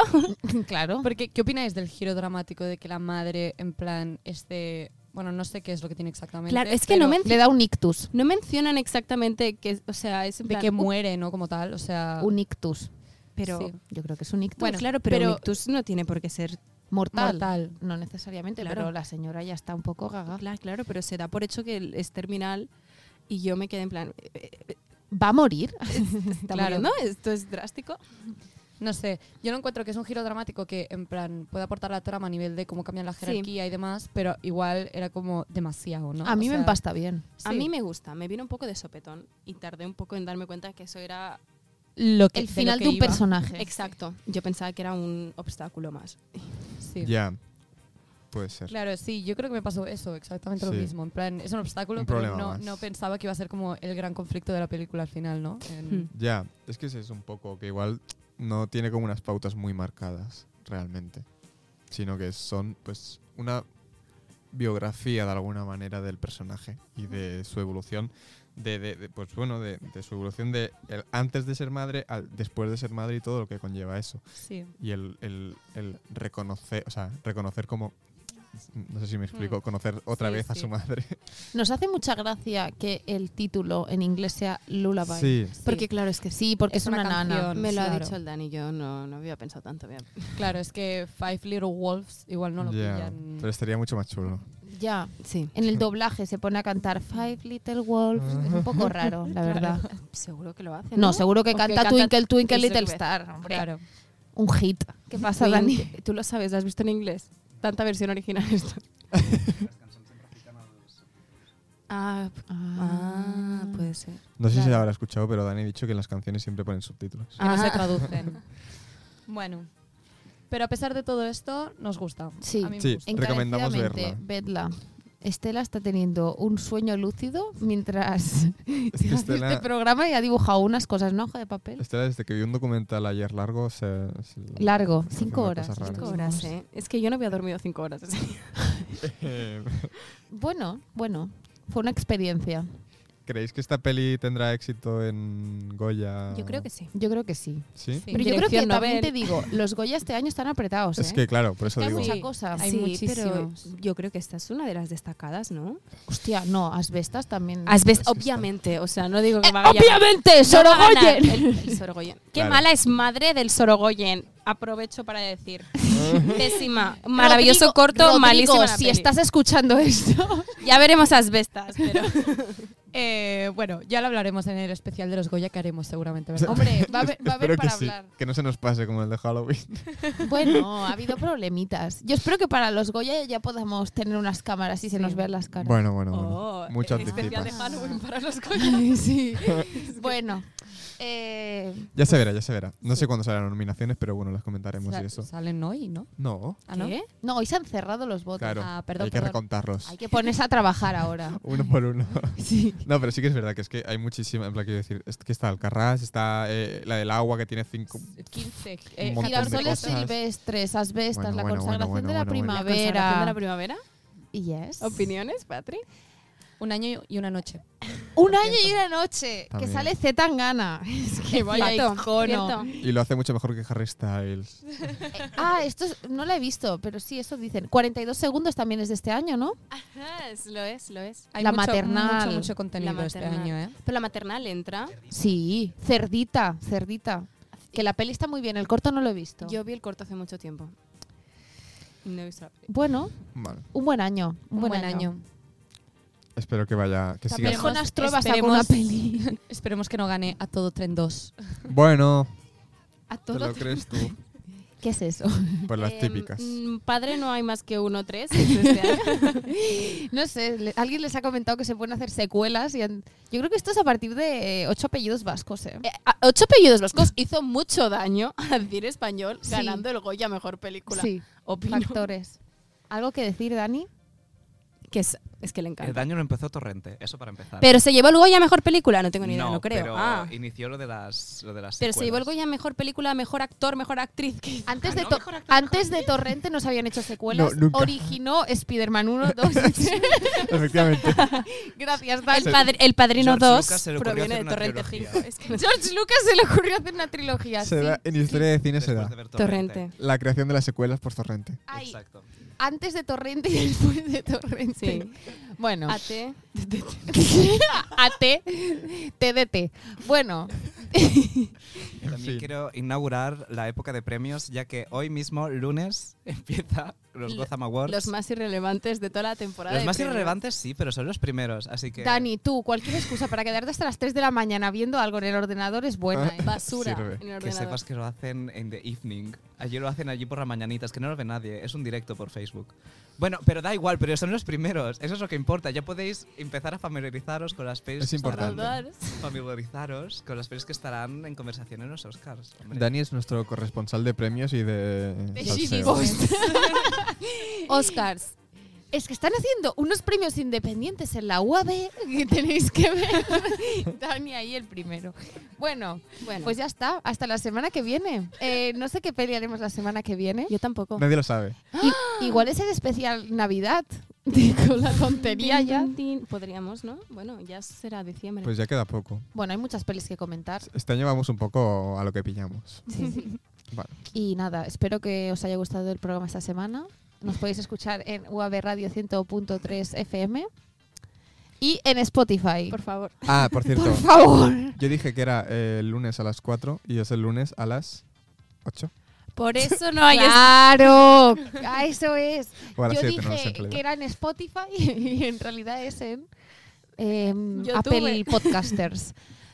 [SPEAKER 1] claro.
[SPEAKER 6] Porque, ¿qué opináis del giro dramático de que la madre, en plan, este... Bueno, no sé qué es lo que tiene exactamente.
[SPEAKER 5] Claro, es que no
[SPEAKER 6] pero-
[SPEAKER 5] me,
[SPEAKER 1] Le da un ictus.
[SPEAKER 5] no mencionan exactamente que, o sea, es en
[SPEAKER 6] De
[SPEAKER 5] plan,
[SPEAKER 6] que
[SPEAKER 5] "Uh,
[SPEAKER 6] muere, ¿no? Como tal, o sea...
[SPEAKER 1] Un ictus.
[SPEAKER 5] pero...
[SPEAKER 6] sí.
[SPEAKER 1] Yo creo que es un ictus.
[SPEAKER 5] Bueno, claro, pero, un ictus no tiene por qué ser...
[SPEAKER 1] mortal.
[SPEAKER 6] Mortal.
[SPEAKER 1] No necesariamente,
[SPEAKER 5] Claro.
[SPEAKER 1] pero la señora ya está un poco gaga.
[SPEAKER 5] Claro, claro, pero se da por hecho que el- es terminal y yo me quedé en plan... eh, eh,
[SPEAKER 1] ¿Va a morir? Está
[SPEAKER 5] Claro,
[SPEAKER 1] muriendo.
[SPEAKER 5] ¿no? Esto es drástico.
[SPEAKER 6] No sé, yo no encuentro que es un giro dramático que en plan puede aportar la trama a nivel de cómo cambian la jerarquía y demás, pero igual era como demasiado, ¿no?
[SPEAKER 1] A mí
[SPEAKER 6] O
[SPEAKER 1] me
[SPEAKER 6] sea,
[SPEAKER 1] empasta bien.
[SPEAKER 5] A
[SPEAKER 6] Sí.
[SPEAKER 5] mí me gusta, me vino un poco de sopetón y tardé un poco en darme cuenta que eso era...
[SPEAKER 6] lo que-
[SPEAKER 1] El
[SPEAKER 6] lo
[SPEAKER 1] final
[SPEAKER 6] que
[SPEAKER 1] de un
[SPEAKER 6] iba.
[SPEAKER 1] personaje.
[SPEAKER 5] Exacto, yo pensaba que era un obstáculo más.
[SPEAKER 6] Sí.
[SPEAKER 2] Ya. Puede ser.
[SPEAKER 6] Claro, sí, yo creo que me pasó eso, exactamente
[SPEAKER 2] Sí.
[SPEAKER 6] lo mismo. En plan, es un obstáculo,
[SPEAKER 2] Un
[SPEAKER 6] pero
[SPEAKER 2] problema
[SPEAKER 6] no,
[SPEAKER 2] más.
[SPEAKER 6] no pensaba que iba a ser como el gran conflicto de la película al final, ¿no? En-
[SPEAKER 5] Hmm.
[SPEAKER 2] Ya. Es que ese es un poco que igual no tiene como unas pautas muy marcadas, realmente. Sino que son, pues, una biografía de alguna manera del personaje y de su evolución. De, de- de, pues bueno, de, de su evolución de el antes de ser madre al después de ser madre y todo lo que conlleva eso.
[SPEAKER 6] Sí.
[SPEAKER 2] y el, el- el reconocer, o sea, reconocer como, no sé si me explico, conocer otra
[SPEAKER 6] Mm. Sí,
[SPEAKER 2] vez a
[SPEAKER 6] sí.
[SPEAKER 2] su madre.
[SPEAKER 1] Nos hace mucha gracia que el título en inglés sea Lullaby.
[SPEAKER 2] Sí,
[SPEAKER 5] Porque claro, es que
[SPEAKER 1] Sí, porque es,
[SPEAKER 6] Es
[SPEAKER 1] una,
[SPEAKER 6] una
[SPEAKER 1] nana.
[SPEAKER 6] canción.
[SPEAKER 5] me lo ha
[SPEAKER 6] Claro.
[SPEAKER 5] dicho el Dani, yo no, no había pensado tanto bien.
[SPEAKER 6] Claro, es que Five Little Wolves igual no lo
[SPEAKER 2] ya,
[SPEAKER 6] pillan.
[SPEAKER 2] pero estaría mucho más chulo.
[SPEAKER 1] Ya,
[SPEAKER 5] Sí,
[SPEAKER 1] en el doblaje se pone a cantar Five Little Wolves. Es un poco raro, la verdad.
[SPEAKER 5] seguro que lo hace.
[SPEAKER 1] No, seguro que
[SPEAKER 5] O
[SPEAKER 1] canta Twinkle Twinkle Little Star. hombre.
[SPEAKER 6] Claro.
[SPEAKER 1] Un hit. ¿Qué pasa,
[SPEAKER 5] Twink-
[SPEAKER 1] Dani?
[SPEAKER 5] Tú lo sabes, ¿la has visto en inglés? Tanta versión original esta. ah, ah, puede Puede ser.
[SPEAKER 2] No sé si se
[SPEAKER 5] Claro.
[SPEAKER 2] habrá escuchado, pero Dani ha dicho que en las canciones siempre ponen subtítulos.
[SPEAKER 6] Que no se
[SPEAKER 5] Ah.
[SPEAKER 6] traducen. bueno. Pero a pesar de todo esto, nos gusta.
[SPEAKER 1] Sí.
[SPEAKER 6] A mí me
[SPEAKER 2] Sí.
[SPEAKER 6] gusta.
[SPEAKER 2] Recomendamos
[SPEAKER 1] Encarecidamente, vedla. Estela está teniendo un sueño lúcido mientras
[SPEAKER 2] Es que
[SPEAKER 1] hace este
[SPEAKER 2] Estela,
[SPEAKER 1] programa y ha dibujado unas cosas, ¿no? Hoja de papel.
[SPEAKER 2] Estela, desde que vi un documental ayer largo, se, se-
[SPEAKER 1] Largo,
[SPEAKER 2] Hace
[SPEAKER 1] cinco
[SPEAKER 2] una
[SPEAKER 1] horas.
[SPEAKER 2] cosa rara.
[SPEAKER 5] Cinco
[SPEAKER 1] estuvimos.
[SPEAKER 5] horas, ¿eh? Es que yo no había dormido cinco horas ese día.
[SPEAKER 1] Bueno, bueno. Fue una experiencia.
[SPEAKER 2] ¿Creéis que esta peli tendrá éxito en Goya?
[SPEAKER 5] Yo creo que sí.
[SPEAKER 1] Yo creo que sí.
[SPEAKER 2] sí.
[SPEAKER 5] sí.
[SPEAKER 1] Pero yo creo que
[SPEAKER 5] Dirección
[SPEAKER 1] también
[SPEAKER 5] Nobel.
[SPEAKER 1] te digo, los Goya este año están apretados, ¿eh?
[SPEAKER 2] Es que claro, por eso
[SPEAKER 1] Que hay
[SPEAKER 2] digo.
[SPEAKER 1] mucha
[SPEAKER 5] Sí.
[SPEAKER 1] cosa.
[SPEAKER 6] Hay
[SPEAKER 5] pero
[SPEAKER 6] muchísimos.
[SPEAKER 5] yo creo que esta es una de las destacadas, ¿no?
[SPEAKER 1] Hostia, no, asbestas también.
[SPEAKER 5] Asbest,
[SPEAKER 2] Es que
[SPEAKER 5] obviamente, o sea, no digo que
[SPEAKER 1] Eh,
[SPEAKER 5] vaya a ganar.
[SPEAKER 1] obviamente,
[SPEAKER 5] No va a ganar
[SPEAKER 1] Sorogoyen.
[SPEAKER 5] El, el Sorogoyen. Qué
[SPEAKER 2] Claro.
[SPEAKER 5] mala es madre del Sorogoyen. Aprovecho para decir. Pésima. Maravilloso
[SPEAKER 1] Rodrigo,
[SPEAKER 5] corto,
[SPEAKER 1] Rodrigo,
[SPEAKER 5] malísimo.
[SPEAKER 1] Si estás escuchando esto,
[SPEAKER 5] Ya veremos asbestas, pero.
[SPEAKER 6] Eh, bueno, ya lo hablaremos en el especial de los Goya que haremos seguramente. ¿verdad?
[SPEAKER 1] hombre, va a haber, va
[SPEAKER 2] Espero
[SPEAKER 1] a haber
[SPEAKER 2] que
[SPEAKER 1] para
[SPEAKER 2] sí,
[SPEAKER 1] hablar.
[SPEAKER 2] que no se nos pase como el de Halloween.
[SPEAKER 1] Bueno, ha habido problemitas. Yo espero que para los Goya ya podamos tener unas cámaras y se nos vean las caras.
[SPEAKER 2] Bueno, bueno, bueno.
[SPEAKER 5] Oh,
[SPEAKER 2] Mucho
[SPEAKER 5] el especial de
[SPEAKER 2] anticipas.
[SPEAKER 5] Halloween para los
[SPEAKER 1] sí. Bueno, eh,
[SPEAKER 2] Ya se verá, ya se verá. No sé cuándo salen las nominaciones, pero bueno, las comentaremos
[SPEAKER 6] Sa-
[SPEAKER 2] y eso.
[SPEAKER 6] Salen hoy, ¿no?
[SPEAKER 2] No,
[SPEAKER 6] Ah, ¿no?
[SPEAKER 5] ¿Qué?
[SPEAKER 1] no, hoy se han cerrado los votos.
[SPEAKER 2] claro.
[SPEAKER 6] Ah, perdón,
[SPEAKER 2] hay que
[SPEAKER 6] perdón.
[SPEAKER 2] recontarlos.
[SPEAKER 1] Hay que ponerse a trabajar ahora.
[SPEAKER 2] Uno por uno.
[SPEAKER 1] Sí.
[SPEAKER 2] No, pero sí que es verdad que es que hay muchísima. En plan, quiero decir, es que está Alcarrás, está eh, la del agua que tiene cinco.
[SPEAKER 6] 15.
[SPEAKER 5] eh,
[SPEAKER 2] Un montón de
[SPEAKER 1] Girasoles
[SPEAKER 2] cosas.
[SPEAKER 1] silvestres, asbestas,
[SPEAKER 2] Bueno,
[SPEAKER 1] la
[SPEAKER 2] bueno,
[SPEAKER 1] consagración
[SPEAKER 2] bueno,
[SPEAKER 1] de la
[SPEAKER 2] bueno, bueno.
[SPEAKER 1] primavera.
[SPEAKER 5] de la primavera?
[SPEAKER 1] Yes.
[SPEAKER 5] ¿Opiniones, Patri?
[SPEAKER 6] Un año y una noche.
[SPEAKER 1] Un año y una noche, que
[SPEAKER 2] También.
[SPEAKER 1] sale Z Tangana. Es que
[SPEAKER 5] Cierto,
[SPEAKER 1] icono.
[SPEAKER 5] cierto.
[SPEAKER 2] Y lo hace mucho mejor que Harry Styles.
[SPEAKER 1] Ah, esto es- no la he visto, pero sí, eso dicen. 42 segundos también es de este año, ¿no?
[SPEAKER 5] Ajá, Ah, es- lo es, lo es.
[SPEAKER 6] Hay
[SPEAKER 1] La
[SPEAKER 6] mucho,
[SPEAKER 1] maternal.
[SPEAKER 6] Mucho, mucho contenido
[SPEAKER 5] La
[SPEAKER 6] este
[SPEAKER 5] maternal.
[SPEAKER 6] año, ¿eh?
[SPEAKER 5] Pero la maternal entra.
[SPEAKER 1] Sí, Cerdita, Cerdita. Que la peli está muy bien, el corto no lo he visto.
[SPEAKER 5] Yo vi el corto hace mucho tiempo. No he visto la película.
[SPEAKER 1] Bueno,
[SPEAKER 2] Bueno,
[SPEAKER 1] un buen año. Un,
[SPEAKER 6] Un
[SPEAKER 1] buen,
[SPEAKER 6] buen año.
[SPEAKER 2] espero que vaya. Que siga.
[SPEAKER 1] También
[SPEAKER 6] Esperemos-
[SPEAKER 1] Jonas Trueba sacó una
[SPEAKER 6] esperemos-
[SPEAKER 1] peli.
[SPEAKER 6] Esperemos que no gane a todo tren 2.
[SPEAKER 2] Bueno,
[SPEAKER 1] A
[SPEAKER 2] ¿te
[SPEAKER 1] todo
[SPEAKER 2] lo crees tú?
[SPEAKER 1] ¿Qué es eso?
[SPEAKER 2] Por las
[SPEAKER 5] Em,
[SPEAKER 2] típicas.
[SPEAKER 5] mm, Padre no hay más que uno tres. este año.
[SPEAKER 1] No sé, le- alguien les ha comentado que se pueden hacer secuelas. y han- Yo creo que esto es a partir de eh, ocho apellidos vascos, ¿eh?
[SPEAKER 5] Eh, a- ocho apellidos vascos hizo mucho daño a decir español
[SPEAKER 1] Sí.
[SPEAKER 5] ganando el Goya mejor película.
[SPEAKER 1] Sí,
[SPEAKER 5] Opino.
[SPEAKER 1] factores. ¿Algo que decir, Dani?
[SPEAKER 5] Que es, es que le
[SPEAKER 7] El
[SPEAKER 5] encanta.
[SPEAKER 7] daño lo empezó Torrente, eso para empezar.
[SPEAKER 5] Pero se llevó el Goya mejor película, no tengo ni idea, no,
[SPEAKER 7] no
[SPEAKER 5] creo.
[SPEAKER 7] Pero
[SPEAKER 5] Ah.
[SPEAKER 7] inició lo de las, lo de las
[SPEAKER 5] Pero se llevó el
[SPEAKER 7] secuelas.
[SPEAKER 5] Goya mejor película, mejor actor, mejor actriz. que-
[SPEAKER 1] Antes,
[SPEAKER 7] Ah,
[SPEAKER 1] de,
[SPEAKER 7] ¿no?
[SPEAKER 1] To-
[SPEAKER 7] Mejor actor,
[SPEAKER 1] antes de Torrente nos habían hecho secuelas.
[SPEAKER 2] No, nunca.
[SPEAKER 1] Originó Spider-Man 1, 2 y
[SPEAKER 2] Efectivamente.
[SPEAKER 1] Gracias,
[SPEAKER 5] El,
[SPEAKER 1] Dani.
[SPEAKER 5] padre- el Padrino
[SPEAKER 7] George
[SPEAKER 5] 2
[SPEAKER 7] Lucas se le ocurrió
[SPEAKER 5] proviene de
[SPEAKER 7] hacer una
[SPEAKER 5] Torrente
[SPEAKER 7] trilogía.
[SPEAKER 5] 5. Es que no-
[SPEAKER 1] George Lucas se le ocurrió hacer una trilogía.
[SPEAKER 2] Se
[SPEAKER 1] sí.
[SPEAKER 2] da- en historia de cine se
[SPEAKER 7] Después
[SPEAKER 2] da.
[SPEAKER 7] de ver Torrente.
[SPEAKER 5] Torrente.
[SPEAKER 2] La creación de las secuelas por Torrente.
[SPEAKER 1] Ay,
[SPEAKER 7] Exacto.
[SPEAKER 1] antes de Torrente y después de Torrente.
[SPEAKER 5] Sí.
[SPEAKER 1] Bueno,
[SPEAKER 5] AT.
[SPEAKER 1] AT, TDT. Bueno,
[SPEAKER 7] También
[SPEAKER 2] fin.
[SPEAKER 7] quiero inaugurar la época de premios, ya que hoy mismo, lunes, empieza los
[SPEAKER 5] Lo-
[SPEAKER 7] Gotham Awards.
[SPEAKER 5] Los más irrelevantes de toda la temporada.
[SPEAKER 7] Los
[SPEAKER 5] de
[SPEAKER 7] más
[SPEAKER 5] premios.
[SPEAKER 7] irrelevantes sí, pero son los primeros, así que...
[SPEAKER 1] Dani, tú, cualquier excusa para quedarte hasta las 3 de la mañana viendo algo en el ordenador es buena.
[SPEAKER 7] Ah.
[SPEAKER 1] ¿eh?
[SPEAKER 5] Basura.
[SPEAKER 2] Sirve.
[SPEAKER 5] en el
[SPEAKER 7] Que
[SPEAKER 5] ordenador.
[SPEAKER 7] sepas que lo hacen en the evening. Ayer lo hacen allí por la mañanita, es que no lo ve nadie, es un directo por Facebook. Bueno, pero da igual, pero son los primeros, eso es lo que importa. Ya podéis empezar a familiarizaros con las pelis.
[SPEAKER 2] Es
[SPEAKER 7] que estarán-
[SPEAKER 2] importante.
[SPEAKER 7] Familiarizaros con las pelis que estarán en conversación en los Oscars. hombre.
[SPEAKER 2] Dani es nuestro corresponsal de premios y de. salseo.
[SPEAKER 5] Oscars.
[SPEAKER 1] Es que están haciendo unos premios independientes en la UAB que tenéis que ver. Dani ahí el primero. Bueno,
[SPEAKER 5] Bueno,
[SPEAKER 1] pues ya está. Hasta la semana que viene. Eh, no sé qué peli haremos la semana que viene.
[SPEAKER 5] yo tampoco.
[SPEAKER 2] Nadie lo sabe.
[SPEAKER 1] I- igual es el especial Navidad. Con la tontería
[SPEAKER 5] Tin,
[SPEAKER 1] ya.
[SPEAKER 5] tin, tin. Podríamos, ¿no? Bueno, ya será diciembre.
[SPEAKER 2] Pues ya queda poco.
[SPEAKER 1] Bueno, hay muchas pelis que comentar.
[SPEAKER 2] Este año vamos un poco a lo que pillamos. Vale.
[SPEAKER 1] Y nada, espero que os haya gustado el programa esta semana. Nos podéis escuchar en UAB Radio 100.3 FM y en Spotify.
[SPEAKER 5] Por favor.
[SPEAKER 2] Ah, por cierto.
[SPEAKER 1] Por favor.
[SPEAKER 2] Yo dije que era eh, el lunes a las 4 y es el lunes a las 8.
[SPEAKER 5] Por eso no hay.
[SPEAKER 1] ¡Claro! ¡Ah, eso es!
[SPEAKER 2] O a las
[SPEAKER 1] Yo
[SPEAKER 2] 7, no lo sé
[SPEAKER 1] dije
[SPEAKER 2] en realidad.
[SPEAKER 1] que era en Spotify y en realidad es en em,
[SPEAKER 5] YouTube.
[SPEAKER 1] Apple Podcasters.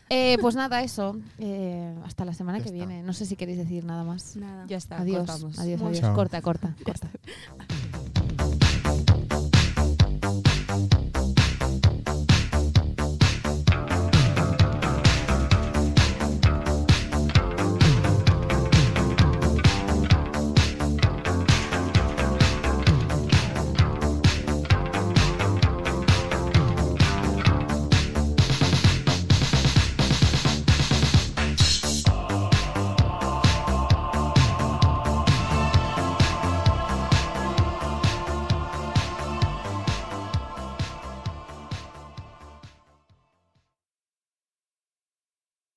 [SPEAKER 1] Eh, pues nada, eso. Eh, hasta la semana
[SPEAKER 2] Ya
[SPEAKER 1] que
[SPEAKER 2] está.
[SPEAKER 1] viene. No sé si queréis decir nada más.
[SPEAKER 5] Nada.
[SPEAKER 6] Ya está,
[SPEAKER 1] adiós,
[SPEAKER 6] cortamos.
[SPEAKER 1] adiós,
[SPEAKER 2] Muy
[SPEAKER 1] adiós.
[SPEAKER 2] bien.
[SPEAKER 1] Corta, corta, corta.